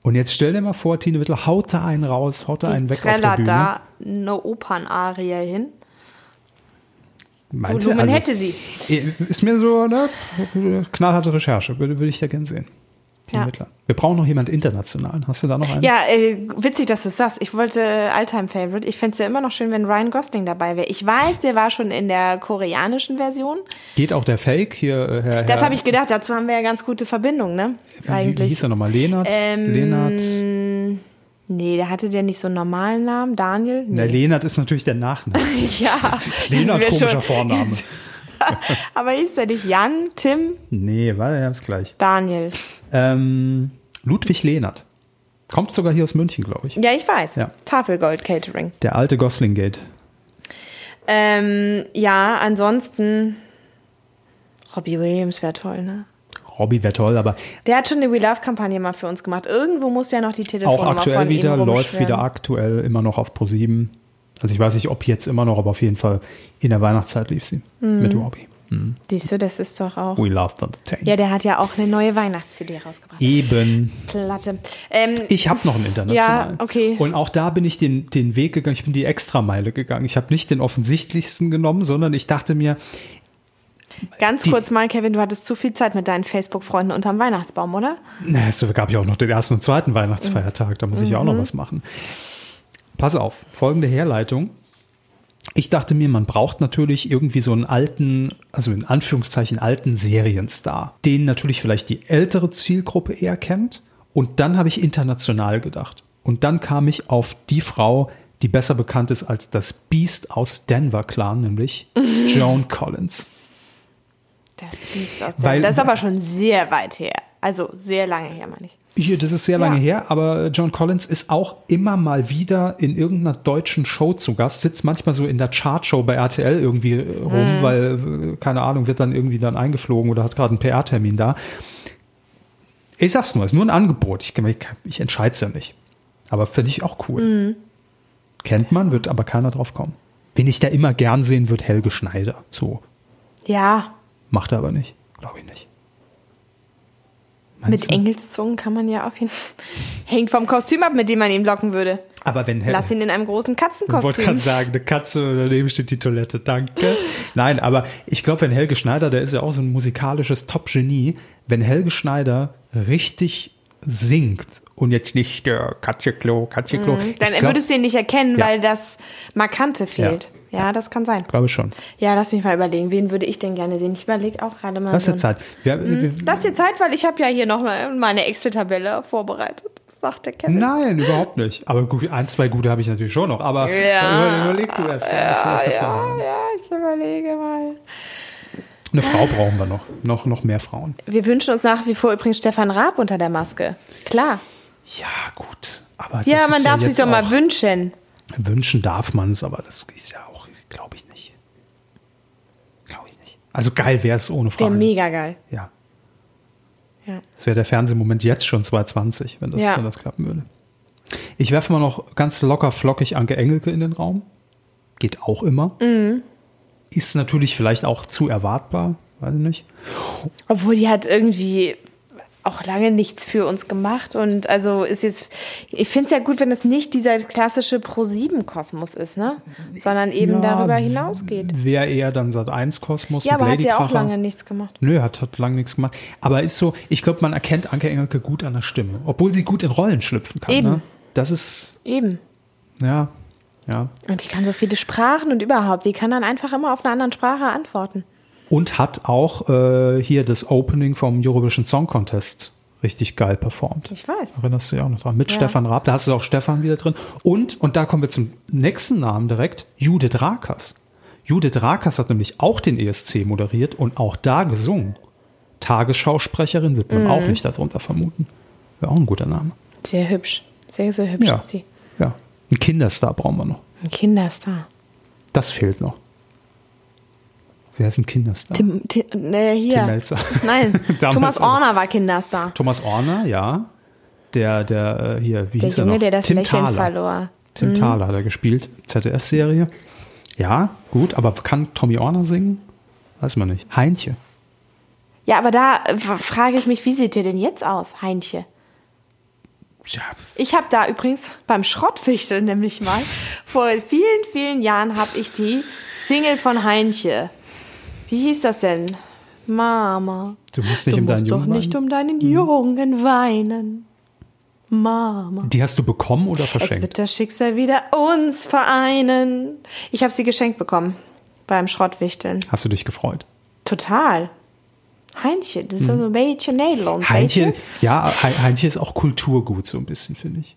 Und jetzt stell dir mal vor, Tine Wittler haut da einen raus, haut da einen weg auf der Trella Bühne. da eine Opernarie hin. Meinte, Volumen also, hätte sie. eh, Ist mir so, ne? Knallharte Recherche, würde, würde ich ja gern sehen. Tine Ja. Wittler. Wir brauchen noch jemanden internationalen. Hast du da noch einen? Ja, äh, witzig, dass du es sagst. Ich wollte äh, Alltime Favorite. Ich fände es ja immer noch schön, wenn Ryan Gosling dabei wäre. Ich weiß, der war schon in der koreanischen Version. Geht auch der Fake hier, äh, Herr. Das Herr- habe ich gedacht. Dazu haben wir ja ganz gute Verbindung, ne? Wie, wie hieß Eigentlich. er nochmal? Lenart? Ähm, Lenart. Nee, der hatte der nicht so einen normalen Namen. Daniel? Na, Nee. Lenart ist natürlich der Nachname. Ja. Lenart, das wär komischer schon- Vorname. Aber hieß der nicht Jan, Tim, Nee, warte, wir haben es gleich. Daniel? Ähm, Ludwig Lenart. Kommt sogar hier aus München, glaube ich. Ja, ich weiß. Ja. Tafelgold Catering. Der alte Gosling Gate. Ähm, ja, ansonsten Robbie Williams wäre toll, ne? Robbie wäre toll, aber Der hat schon eine We Love-Kampagne mal für uns gemacht. Irgendwo muss ja noch die auch Telefonnummer aktuell von wieder, ihm läuft wieder rumschwirren. aktuell immer noch auf ProSieben. Also ich weiß nicht, ob jetzt immer noch, aber auf jeden Fall in der Weihnachtszeit lief sie Mhm. mit Robbie. Siehst du, das ist doch auch. We loved entertainment. Ja, der hat ja auch eine neue Weihnachts-CD rausgebracht. Eben. Platte. Ähm, Ich habe noch einen internationalen. Ja, okay. Und auch da bin ich den, den Weg gegangen. Ich bin die Extrameile gegangen. Ich habe nicht den offensichtlichsten genommen, sondern ich dachte mir, ganz die- kurz mal, Kevin, du hattest zu viel Zeit mit deinen Facebook-Freunden unterm Weihnachtsbaum, oder? na, es gab ja auch noch den ersten und zweiten Weihnachtsfeiertag. Da muss ich ja auch noch was machen. Pass auf, folgende Herleitung. Ich dachte mir, man braucht natürlich irgendwie so einen alten, also in Anführungszeichen alten Serienstar, den natürlich vielleicht die ältere Zielgruppe eher kennt. Und dann habe ich international gedacht. Und dann kam ich auf die Frau, die besser bekannt ist als das Biest aus Denver Clan, nämlich Joan Collins. Das Biest aus dem- Weil- Das ist aber schon sehr weit her. Also sehr lange her, meine ich. Hier, das ist sehr lange Ja. her, aber äh, John Collins ist auch immer mal wieder in irgendeiner deutschen Show zu Gast, sitzt manchmal so in der Chartshow bei RTL irgendwie äh, Mhm. rum, weil, äh, keine Ahnung, wird dann irgendwie dann eingeflogen oder hat gerade einen PR-Termin da. Ich sag's nur, ist nur ein Angebot. Ich, ich, ich entscheide es ja nicht. Aber finde ich auch cool. Mhm. Kennt man, wird aber keiner drauf kommen. Wen ich da immer gern sehen wird, Helge Schneider. So, Ja, macht er aber nicht. Glaube ich nicht. Meinst mit du? Engelszungen kann man ja auf jeden Fall. Hängt vom Kostüm ab, mit dem man ihn locken würde. Aber wenn Hel- Lass ihn in einem großen Ich wollte gerade Katzenkostüm. sagen, eine Katze und daneben steht die Toilette, danke. Nein, aber ich glaube, wenn Helge Schneider, der ist ja auch so ein musikalisches Top-Genie, wenn Helge Schneider richtig singt und jetzt nicht äh, Katze Klo, Katze Klo. ich Mhm, Dann glaub- würdest du ihn nicht erkennen, Ja. weil das Markante fehlt. Ja. das kann sein. Glaube schon. Ja, lass mich mal überlegen, wen würde ich denn gerne sehen? Ich überlege auch gerade mal. Lass so dir einen- Zeit. Wir, wir, Lass dir Zeit, weil ich habe ja hier nochmal meine Excel-Tabelle vorbereitet, sagt der Kevin. nein, überhaupt nicht. Aber gut, ein, zwei gute habe ich natürlich schon noch. Aber Ja. über- überleg du erst. Ja, Ah, ja, ich überlege mal. Eine Frau brauchen wir noch. noch. Noch mehr Frauen. Wir wünschen uns nach wie vor übrigens Stefan Raab unter der Maske. Klar. Ja, gut. Aber das Ja, ist man darf sich jetzt doch mal auch- wünschen. Wünschen darf man es, aber das ist ja auch, glaube ich nicht. Glaube ich nicht. Also geil wäre es ohne Wäre Frage. mega geil. Ja. Ja. Das wäre der Fernsehmoment jetzt schon 220, wenn das, Ja. wenn das klappen würde. Ich werfe mal noch ganz locker flockig Anke Engelke in den Raum. Geht auch immer. Mhm. Ist natürlich vielleicht auch zu erwartbar, weiß ich nicht. Obwohl die hat irgendwie auch lange nichts für uns gemacht und also ist jetzt, ich finde es ja gut, wenn es nicht dieser klassische Pro-7-Kosmos ist, ne? Sondern eben Ja, darüber hinausgeht. Wäre eher dann Sat 1 Kosmos Ja, mit aber hat Lady sie auch Kracher. lange nichts gemacht. Nö, hat, hat lange nichts gemacht. Aber ist so, ich glaube, man erkennt Anke Engelke gut an der Stimme. Obwohl sie gut in Rollen schlüpfen kann. Eben. Ne? Das ist, Eben. ja, ja. Und die kann so viele Sprachen und überhaupt, die kann dann einfach immer auf einer anderen Sprache antworten. Und hat auch äh, hier das Opening vom Eurovision Song Contest richtig geil performt. Ich weiß. Erinnerst du dich auch noch dran? Mit Stefan Raab, da hast du auch Stefan wieder drin. Und, und da kommen wir zum nächsten Namen direkt, Judith Rakers. Judith Rakers hat nämlich auch den ESC moderiert und auch da gesungen. Tagesschausprecherin wird Mhm. man auch nicht darunter vermuten. Wäre auch ein guter Name. Sehr hübsch. Sehr, sehr hübsch ist die. ja. Ein Kinderstar brauchen wir noch. Ein Kinderstar. Das fehlt noch. Wer ist ein Kinderstar? Tim, Tim, nee, hier. Tim Melzer. Nein, Damals Thomas also. Orner war Kinderstar. Thomas Orner, ja. Der, der, äh, hier, wie Der hieß er Junge, noch? der das Tim Lächeln Mhm. Thaler. verlor. Tim Thaler hat er gespielt, ZDF-Serie. Ja, gut, aber kann Tommy Orner singen? Weiß man nicht. Heinche. Ja, aber da äh, f- frage ich mich, wie sieht ihr denn jetzt aus, Heinche? Tja, Ich habe da übrigens beim Schrottwichteln nämlich mal, vor vielen, vielen Jahren habe ich die Single von Heinche. Wie hieß das denn? Mama. Du musst nicht du um musst deinen doch Jungen nicht um deinen Jungen weinen. Mama. die hast du bekommen oder Es wird verschenkt? das Schicksal wieder uns vereinen. Ich habe sie geschenkt bekommen beim Schrottwichteln. Hast du dich gefreut? Total. Heinche, das ist so ein Mädchen Nadel und Hm. Heinche, Heinche ja, He- Heinche ist auch Kulturgut, so ein bisschen, finde ich.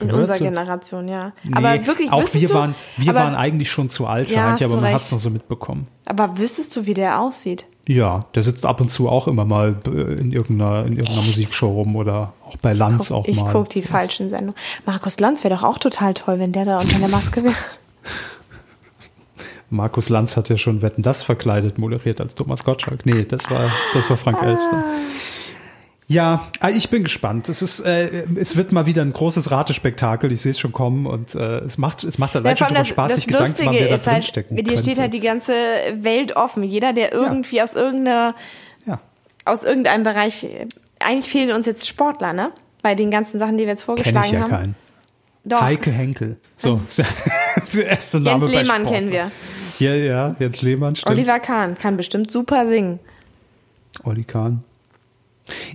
in Gehört unserer so- Generation, ja. Nee, aber wirklich, auch wüsstest wir du, waren, wir aber, waren eigentlich schon zu alt für Ja, Heinz, hast aber du man recht. hat es noch so mitbekommen. aber wüsstest du, wie der aussieht? Ja, der sitzt ab und zu auch immer mal äh, in irgendeiner, in irgendeiner Musikshow rum oder auch bei Lanz Guck, auch ich mal. guck die falschen Sendungen. Markus Lanz wäre doch auch total toll, wenn der da unter der Maske wäre. Markus Lanz hat ja schon Wetten das verkleidet, moderiert als Thomas Gottschalk. Nee, das war, das Ah. war Frank Elster. Ja, ah, ich bin gespannt. Es ist, äh, es wird mal wieder ein großes Ratespektakel. Ich sehe es schon kommen und äh, es macht, es macht allein vor schon allem drüber Spaß, sich Gedanken zu machen, wer da ist halt, drinstecken dir steht könnte. halt die ganze Welt offen. Jeder, der irgendwie aus irgendeiner, ja. aus irgendeinem Bereich, eigentlich fehlen uns jetzt Sportler, ne? Bei den ganzen Sachen, die wir jetzt Kenne vorgeschlagen ich ja haben. keinen. Doch. Heike Henkel. So, ist der der erste Name Jens bei Lehmann Sport. kennen wir. Ja, ja, Jens Lehmann, stimmt. Oliver Kahn kann bestimmt super singen. Olli Kahn.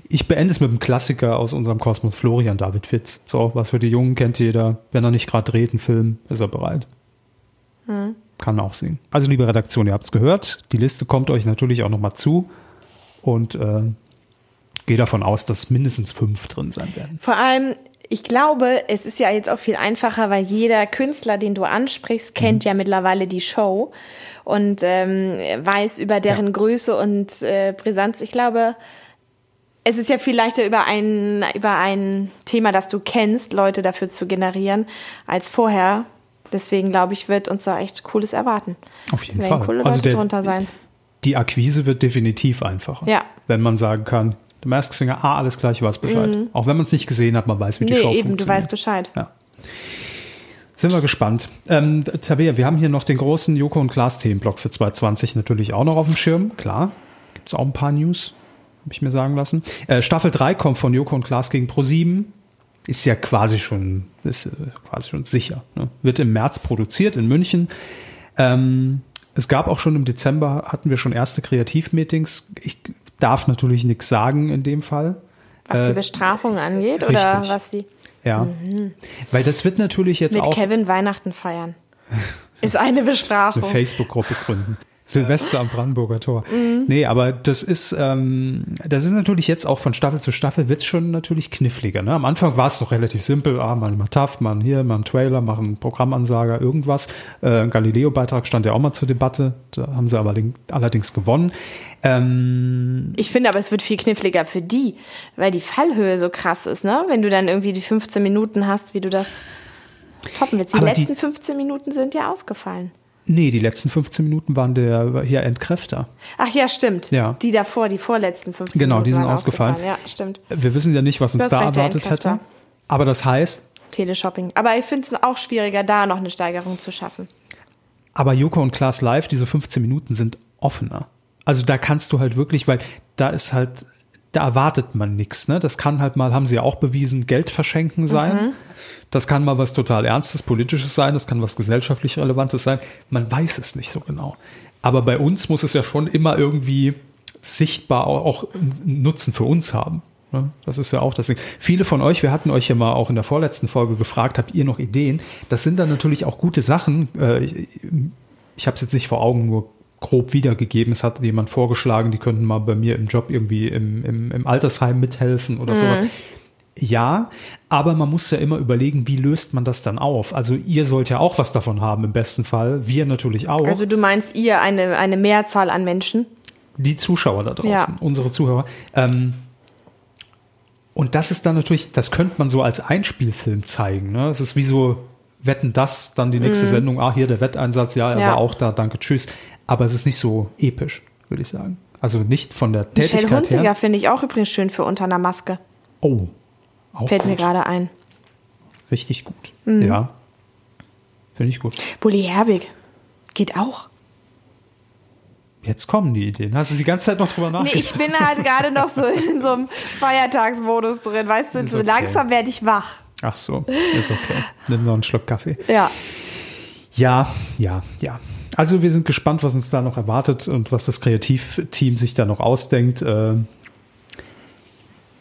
Ich beende es mit einem Klassiker aus unserem Kosmos, Florian David Fitz. So, was für die Jungen kennt jeder. Wenn er nicht gerade dreht, einen Film, ist er bereit. Hm. Kann auch singen. Also, liebe Redaktion, ihr habt es gehört. Die Liste kommt euch natürlich auch nochmal zu. Und äh, gehe davon aus, dass mindestens fünf drin sein werden. Vor allem, ich glaube, es ist ja jetzt auch viel einfacher, weil jeder Künstler, den du ansprichst, kennt Mhm. ja mittlerweile die Show und ähm, weiß über deren Ja. Größe und äh, Brisanz. Ich glaube, es ist ja viel leichter, über ein, über ein Thema, das du kennst, Leute dafür zu generieren, als vorher. Deswegen glaube ich, wird uns da echt Cooles erwarten. Auf jeden Werden Fall. coole Leute Also der- drunter sein. Die Akquise wird definitiv einfacher. Ja. Wenn man sagen kann, der Mask Singer, ah, alles klar, ich weiß Bescheid. Auch wenn man es nicht gesehen hat, man weiß, wie die Mhm. Nee, Show eben, funktioniert. du weißt Bescheid. Ja. Sind wir gespannt. Ähm, Tabea, wir haben hier noch den großen Joko und Klaas Themenblock für 2020 natürlich auch noch auf dem Schirm. Klar, gibt es auch ein paar News, habe ich mir sagen lassen. Äh, Staffel 3 kommt von Joko und Klaas gegen Pro7. Ist ja quasi schon, ist äh, quasi schon sicher. Ne? Wird im März produziert in München. Ähm, es gab auch schon im Dezember, hatten wir schon erste Kreativmeetings. Ich darf natürlich nichts sagen in dem Fall. Was Äh, die Bestrafung angeht oder richtig. was die Ja. Weil das wird natürlich jetzt mit auch. Kevin Weihnachten feiern. Ist eine Bestrafung. eine Facebook-Gruppe gründen. Silvester am Brandenburger Tor. Nee, aber das ist, ähm, das ist natürlich jetzt auch von Staffel zu Staffel wird's schon natürlich kniffliger. Ne? Am Anfang war es noch relativ simpel, ah, mal mal TAF, mal hier, mal einen Trailer, mal einen Programmansager, irgendwas. Äh, ein Galileo-Beitrag stand ja auch mal zur Debatte, da haben sie aber link- allerdings gewonnen. Ich finde aber, es wird viel kniffliger für die, weil die Fallhöhe so krass ist, ne? Wenn du dann irgendwie die 15 Minuten hast, wie du das toppen willst. Die Aber die- letzten 15 Minuten sind ja ausgefallen. Nee, die letzten 15 Minuten waren der hier Entkräfter. Ach ja, stimmt. Ja. Die davor, die vorletzten 15 Genau, Minuten. die sind waren ausgefallen. Ja, stimmt. Wir wissen ja nicht, was uns hast da recht, der erwartet hätte. Entkräfter. Aber das heißt, Teleshopping. Aber ich finde es auch schwieriger, da noch eine Steigerung zu schaffen. Aber Joko und Klaas Live, diese 15 Minuten sind offener. Also da kannst du halt wirklich, weil da ist halt, da erwartet man nichts. Ne? Das kann halt mal, haben sie ja auch bewiesen, Geld verschenken sein. Das kann mal was total Ernstes, Politisches sein. Das kann was gesellschaftlich Relevantes sein. Man weiß es nicht so genau. Aber bei uns muss es ja schon immer irgendwie sichtbar au- auch einen Nutzen für uns haben. ne? Das ist ja auch das Ding. Viele von euch, wir hatten euch ja mal auch in der vorletzten Folge gefragt, habt ihr noch Ideen? Das sind dann natürlich auch gute Sachen. Äh, ich- ich habe es jetzt nicht vor Augen, nur grob wiedergegeben. Es hat jemand vorgeschlagen, die könnten mal bei mir im Job irgendwie im, im, im Altersheim mithelfen oder sowas. Ja, aber man muss ja immer überlegen, wie löst man das dann auf? Also ihr sollt ja auch was davon haben im besten Fall, wir natürlich auch, Also du meinst ihr eine, eine Mehrzahl an Menschen? die Zuschauer da draußen, Ja. unsere Zuhörer. Ähm, und das ist dann natürlich, das könnte man so als Einspielfilm zeigen. Ne? Es ist wie so, wetten das, dann die nächste Sendung, ah, hier der Wetteinsatz, ja, er Mhm. Ja. war auch da, danke, tschüss. Aber es ist nicht so episch, würde ich sagen. Also nicht von der Michelle Tätigkeit Hunziger her. finde ich auch übrigens schön für unter einer Maske. Oh, auch Fällt gut. mir Mhm. gerade ein. Richtig gut. Ja. Finde ich gut. Bulli Herbig. Geht auch. Jetzt kommen die Ideen. Hast du die ganze Zeit noch drüber Nee, nachgedacht? ich bin halt gerade noch so in so einem Feiertagsmodus drin, weißt du, Ist so okay. langsam werde ich wach. Ach so, ist okay. Nimm noch einen Schluck Kaffee. Ja. Ja, ja, ja. Also wir sind gespannt, was uns da noch erwartet und was das Kreativteam sich da noch ausdenkt. Ähm,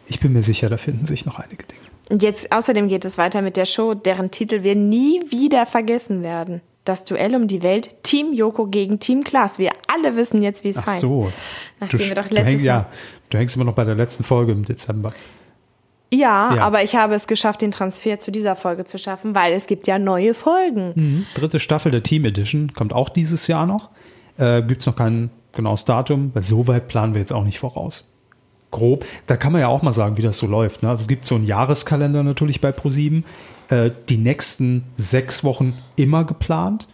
Ich bin mir sicher, da finden sich noch einige Dinge. Und jetzt außerdem geht es weiter mit der Show, deren Titel wir nie wieder vergessen werden. Das Duell um die Welt, Team Joko gegen Team Klaas. Wir alle wissen jetzt, wie es Ach heißt. so. Nachdem wir doch du, letztes hängst, ja, Mal- du hängst immer noch bei der letzten Folge im Dezember. Ja, Ja. aber ich habe es geschafft, den Transfer zu dieser Folge zu schaffen, weil es gibt ja neue Folgen. Hm. Dritte Staffel der Team Edition kommt auch dieses Jahr noch. Äh, Gibt es noch kein genaues Datum, weil so weit planen wir jetzt auch nicht voraus. Grob, da kann man ja auch mal sagen, wie das so läuft. Ne? Also es gibt so einen Jahreskalender natürlich bei ProSieben. Äh, die nächsten sechs Wochen immer geplant.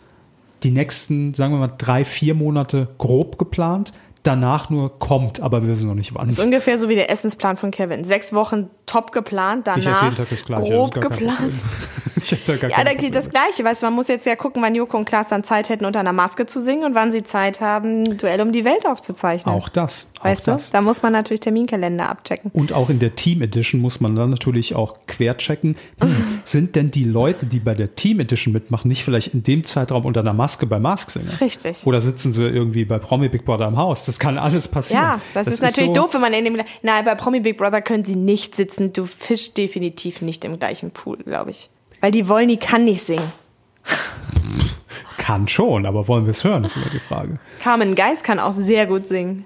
die nächsten, sagen wir mal, drei, vier Monate grob geplant. Danach nur kommt, aber wir wissen noch nicht wann. Das ist ungefähr so wie der Essensplan von Kevin. Sechs Wochen top geplant, danach ich esse jeden Tag das Gleiche. grob das ist gar kein geplant. Problem. Ich hab da gar Ja, kein da gilt Problem. das Gleiche. Weißt, du, man muss jetzt ja gucken, wann Joko und Klaas dann Zeit hätten, unter einer Maske zu singen und wann sie Zeit haben, Duell um die Welt aufzuzeichnen. Auch das. Auch Weißt du, das. da muss man natürlich Terminkalender abchecken. Und auch in der Team Edition muss man dann natürlich auch querchecken. Hm, sind denn die Leute, die bei der Team Edition mitmachen, nicht vielleicht in dem Zeitraum unter einer Maske bei Mask Singer? Richtig. Oder sitzen sie irgendwie bei Promi Big Brother im Haus? Das kann alles passieren. Ja, das, ist natürlich so- doof, wenn man in dem. Nein, bei Promi Big Brother können sie nicht sitzen. Du fischst definitiv nicht im gleichen Pool, glaube ich. Weil die wollen, die kann nicht singen. Kann schon, aber wollen wir es hören, ist immer die Frage. Carmen Geis kann auch sehr gut singen.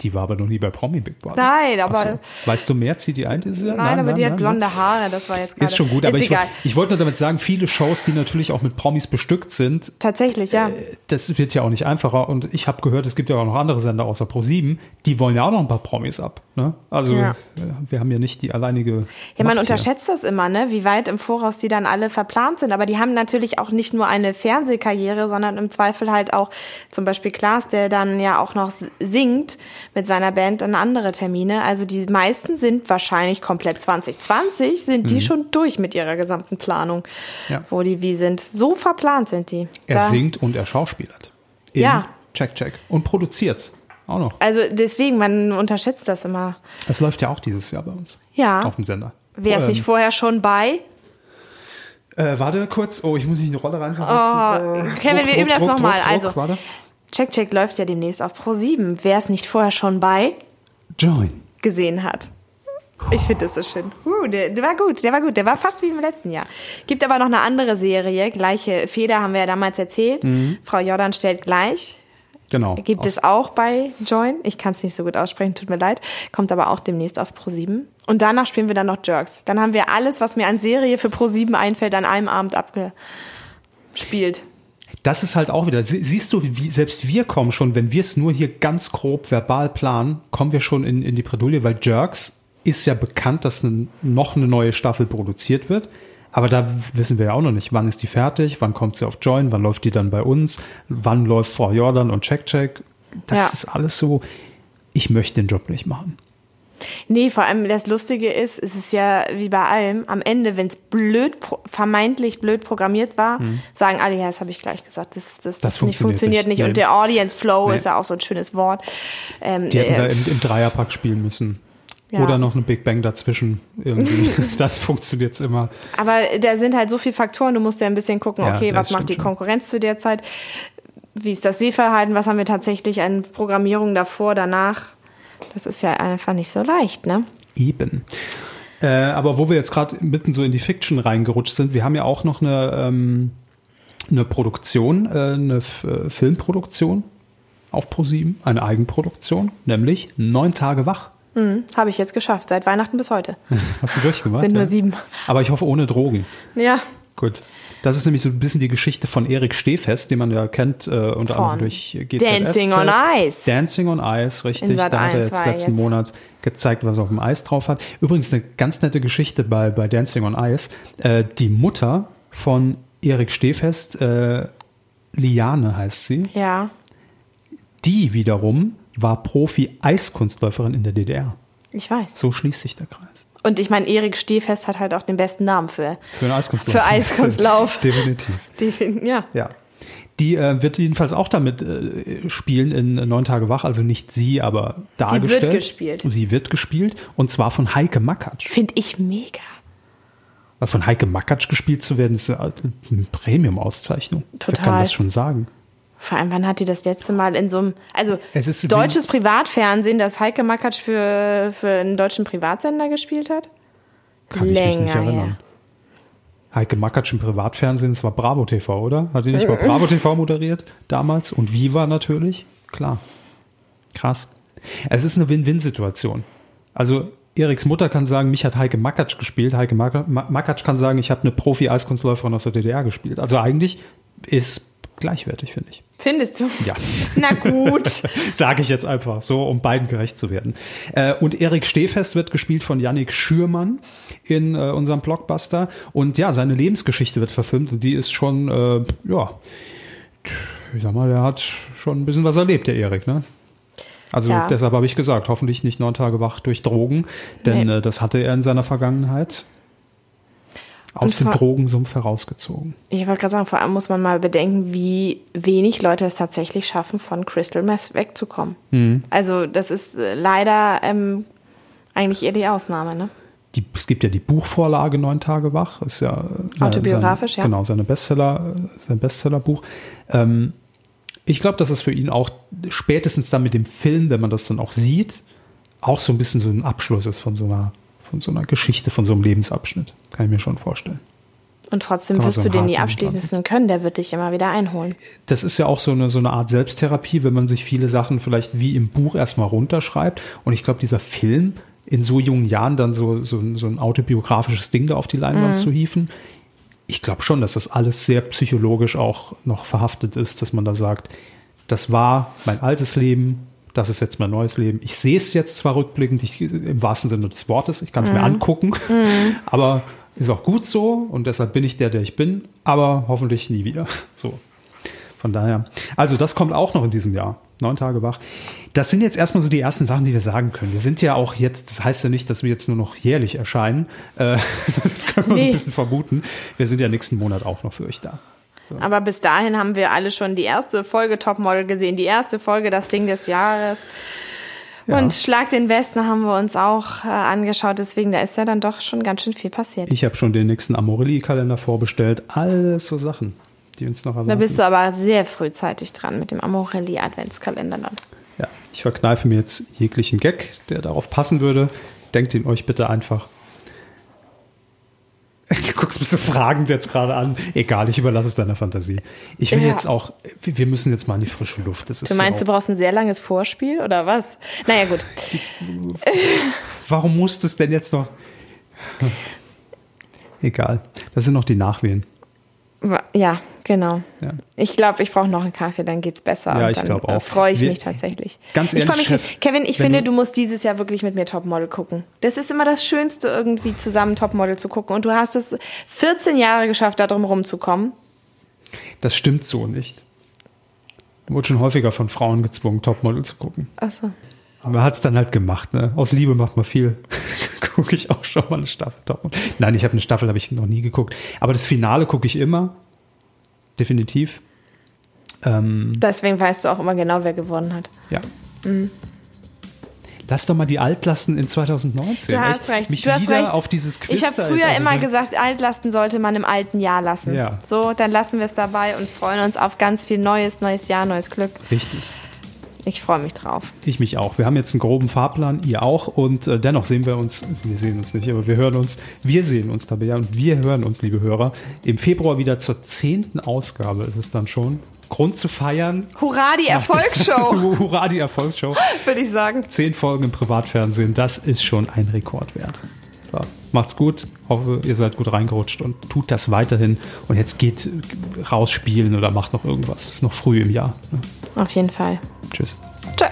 Die war aber noch nie bei Promi Big Brother. Nein, aber- Ach So. Weißt du mehr, zieht die ein? Nein, Nein, aber die hat blonde Haare, das war jetzt gerade. Ist schon gut, aber ist ich, egal. ich wollte nur damit sagen, viele Shows, die natürlich auch mit Promis bestückt sind, Tatsächlich, Äh, ja. das wird ja auch nicht einfacher. Und ich habe gehört, es gibt ja auch noch andere Sender außer Pro7, die wollen ja auch noch ein paar Promis ab. Ne? Also Ja. äh, wir haben ja nicht die alleinige. Ja, man Macht hier. unterschätzt das immer, ne? wie weit im Voraus die dann alle verplant sind. Aber die haben natürlich auch nicht nur eine Fernsehkarriere, sondern im Zweifel halt auch zum Beispiel Klaas, der dann ja auch noch singt mit seiner Band an andere Termine. Also die meisten sind wahrscheinlich komplett 2020, sind die schon durch mit ihrer gesamten Planung, Mhm. Ja. wo die wie sind. So verplant sind die. Er Da- singt und er schauspielert. In Ja. Check, check. Und produziert. Auch noch. Also deswegen, man unterschätzt das immer. Das läuft ja auch dieses Jahr bei uns. Ja. Auf dem Sender. Wäre es Ähm, nicht vorher schon bei? Äh, warte kurz. Oh, ich muss nicht in die Rolle Äh, reinfassen. Oh, Kevin, wir üben das nochmal. Also, Warte. Check Check läuft ja demnächst auf Pro7. Wer es nicht vorher schon bei Join. gesehen hat. Ich finde das so schön. Uh, der, der war gut, der war gut. Der war fast wie im letzten Jahr. Gibt aber noch eine andere Serie. Gleiche Feder haben wir ja damals erzählt. Frau Jordan stellt gleich. Genau. Gibt Aus- es auch bei Join. Ich kann es nicht so gut aussprechen, tut mir leid. Kommt aber auch demnächst auf Pro7. Und danach spielen wir dann noch Jerks. Dann haben wir alles, was mir an Serie für Pro7 einfällt, an einem Abend abgespielt. Das ist halt auch wieder, sie- siehst du, wie, selbst wir kommen schon, wenn wir es nur hier ganz grob verbal planen, kommen wir schon in, in die Bredouille, weil Jerks ist ja bekannt, dass n- noch eine neue Staffel produziert wird. Aber da w- wissen wir ja auch noch nicht, wann ist die fertig, wann kommt sie auf Join, wann läuft die dann bei uns, wann läuft Frau Jordan und Check Check. Das Ja. ist alles so, ich möchte den Job nicht machen. Nee, vor allem das Lustige ist, es ist ja wie bei allem, am Ende, wenn es blöd, pro- vermeintlich blöd programmiert war, sagen alle, ja, das habe ich gleich gesagt, das, das, Mhm. Das nicht, funktioniert funktioniert nicht. nicht. Und Nee. der Audience Flow Nee. ist ja auch so ein schönes Wort. Ähm, Die hätten äh, wir im, im Dreierpack spielen müssen. Ja. Oder noch eine Big Bang dazwischen. Irgendwie. dann funktioniert's immer. aber da sind halt so viele Faktoren, du musst ja ein bisschen gucken, Ja, okay, das was macht stimmt die schon. Konkurrenz zu der Zeit? Wie ist das Sehverhalten? Was haben wir tatsächlich an Programmierung davor, danach? Das ist ja einfach nicht so leicht, ne? Eben. Äh, aber wo wir jetzt gerade mitten so in die Fiction reingerutscht sind, wir haben ja auch noch eine, ähm, eine Produktion, äh, eine F äh, Filmproduktion auf ProSieben, eine Eigenproduktion, nämlich Neun Tage wach. Mhm. Hm, habe ich jetzt geschafft, seit Weihnachten bis heute. Hast du durchgemacht? Sind nur sieben. Aber ich hoffe ohne Drogen. Ja, Gut. Das ist nämlich so ein bisschen die Geschichte von Erik Stehfest, den man ja kennt, äh, unter Von anderem durch GZSZ. Dancing on Ice. Dancing on Ice, richtig. In Sat. Da hat er 1 jetzt war letzten jetzt. Monat gezeigt, was er auf dem Eis drauf hat. Übrigens eine ganz nette Geschichte bei, bei Dancing on Ice. Äh, die Mutter von Erik Stehfest, äh, Liane heißt sie, ja. die wiederum war Profi-Eiskunstläuferin in der DDR. Ich weiß. So schließt sich der Kreis. Und ich meine, Erik Stehfest hat halt auch den besten Namen für. Für einen Eiskunstlauf. Für Eiskunstlauf. Definitiv. Die finden, ja. Ja. Die äh, wird jedenfalls auch damit äh, spielen in Neun Tage wach, also nicht sie, aber dargestellt. wird gespielt. Sie wird gespielt und zwar von Heike Makatsch. Finde ich mega. Weil Von Heike Makatsch gespielt zu werden, ist eine eine Premium-Auszeichnung. Wer Total. kann das schon sagen? Vor allem, wann hat die das letzte Mal in so einem. Also, Es ist wie- deutsches Privatfernsehen, das Heike Makatsch für, für einen deutschen Privatsender gespielt hat? Kann ich mich nicht Länger erinnern. Heike Makatsch im Privatfernsehen, das war Bravo TV, oder? Hat die nicht mal Bravo TV moderiert damals? Und Viva natürlich? Klar. Krass. Es ist eine Win-Win-Situation. Also Eriks Mutter kann sagen, mich hat Heike Makatsch gespielt. Heike Maka- Ma- Makatsch kann sagen, ich habe eine Profi-Eiskunstläuferin aus der DDR gespielt. Also eigentlich ist gleichwertig, finde ich. Findest du? Ja. Na gut. Sage ich jetzt einfach so, um beiden gerecht zu werden. Äh, und Erik Stehfest wird gespielt von Yannick Schürmann in äh, unserem Blockbuster. Und ja, seine Lebensgeschichte wird verfilmt und die ist schon, äh, ja, ich sag mal, der hat schon ein bisschen was erlebt, der Erik, ne? Also Ja. deshalb habe ich gesagt, hoffentlich nicht neun Tage wach durch Drogen, denn Nee. äh, das hatte er in seiner Vergangenheit aus Und dem vor- Drogensumpf herausgezogen. Ich wollte gerade sagen, vor allem muss man mal bedenken, wie wenig Leute es tatsächlich schaffen, von Crystal Meth wegzukommen. Mhm. Also das ist äh, leider ähm, eigentlich eher die Ausnahme, ne? die, es gibt ja die Buchvorlage Neun Tage wach, ist ja äh, sein- Autobiografisch, sein, ja. Genau, seine Bestseller, äh, sein Bestsellerbuch. Ähm, ich glaube, dass es für ihn auch spätestens dann mit dem Film, wenn man das dann auch sieht, auch so ein bisschen so ein Abschluss ist von so einer, von so einer Geschichte, von so einem Lebensabschnitt. Kann ich mir schon vorstellen. Und trotzdem Kann man wirst so du den hart nie im abschließen Ansatz. können, der wird dich immer wieder einholen. das ist ja auch so eine, so eine Art Selbsttherapie, wenn man sich viele Sachen vielleicht wie im Buch erstmal runterschreibt. Und ich glaube, dieser Film in so jungen Jahren dann so, so, ein- so ein autobiografisches Ding da auf die Leinwand zu hieven, ich glaube schon, dass das alles sehr psychologisch auch noch verhaftet ist, dass man da sagt, das war mein altes Leben, das ist jetzt mein neues Leben. Ich sehe es jetzt zwar rückblickend, ich, im wahrsten Sinne des Wortes, ich kann es mir angucken, aber ist auch gut so und deshalb bin ich der, der ich bin, aber hoffentlich nie wieder. So. Von daher. Also, das kommt auch noch in diesem Jahr. Neun Tage wach. Das sind jetzt erstmal so die ersten Sachen, die wir sagen können. Wir sind ja auch jetzt, das heißt ja nicht, dass wir jetzt nur noch jährlich erscheinen. Äh, das können wir so Nee. ein bisschen vermuten. Wir sind ja nächsten Monat auch noch für euch da. Aber bis dahin haben wir alle schon die erste Folge Topmodel gesehen, die erste Folge Das Ding des Jahres. Und Schlag den Westen haben wir uns auch äh, angeschaut, deswegen da ist ja dann doch schon ganz schön viel passiert. Ich habe schon den nächsten Amorelli-Kalender vorbestellt. Alles so Sachen, die uns noch erwarten. da bist du aber sehr frühzeitig dran mit dem Amorelli Adventskalender dann. Ja, ich verkneife mir jetzt jeglichen Gag, der darauf passen würde. Denkt ihn euch bitte einfach. Du guckst mich so fragend jetzt gerade an. Egal, ich überlasse es deiner Fantasie. Ich will Ja. jetzt auch, wir müssen jetzt mal in die frische Luft. Das ist Du meinst, ja du auch, brauchst ein sehr langes Vorspiel oder was? Naja, gut. warum musst du es denn jetzt noch? Egal, das sind noch die Nachwehen. Wa- Ja, genau. Ja. Ich glaube, ich brauche noch einen Kaffee, dann geht's besser. Ja, Und ich dann, glaub auch. äh, Freue ich Wir- mich tatsächlich. Ganz ich freu ehrlich, mich, Chef, Kevin, ich wenn finde, du- du musst dieses Jahr wirklich mit mir Topmodel gucken. Das ist immer das Schönste, irgendwie zusammen Topmodel zu gucken. Und du hast es 14 Jahre geschafft, da drum rumzukommen. Das stimmt so nicht. Wurde schon häufiger von Frauen gezwungen, Topmodel zu gucken. Achso. Aber hat es dann halt gemacht, ne? Aus Liebe macht man viel. gucke ich auch schon mal eine Staffel. Dortmund. Nein, ich habe eine Staffel, habe ich noch nie geguckt. Aber das Finale gucke ich immer. Definitiv. Ähm, Deswegen weißt du auch immer genau, wer gewonnen hat. ja. Mhm. Lass doch mal die Altlasten in 2019. Du Echt, hast recht. Mich du hast wieder recht. auf dieses Quiz. ich habe da früher jetzt- also immer wenn- gesagt, Altlasten sollte man im alten Jahr lassen. Ja. So, dann lassen wir es dabei und freuen uns auf ganz viel Neues, neues Jahr, neues Glück. Richtig. Ich freue mich drauf. Ich mich auch. Wir haben jetzt einen groben Fahrplan, ihr auch. Und äh, dennoch sehen wir uns, wir sehen uns nicht, aber wir hören uns, wir sehen uns, Tabea, und wir hören uns, liebe Hörer, im Februar wieder zur zehnten Ausgabe ist es dann schon. Grund zu feiern. Hurra, die Erfolgsshow, Hurra, die Erfolgsshow. würde ich sagen. Zehn Folgen im Privatfernsehen, das ist schon ein Rekord wert. So, macht's gut. Hoffe, ihr seid gut reingerutscht und tut das weiterhin. Und jetzt geht äh, raus spielen oder macht noch irgendwas. Ist noch früh im Jahr. Auf jeden Fall. Tschüss. Tschö.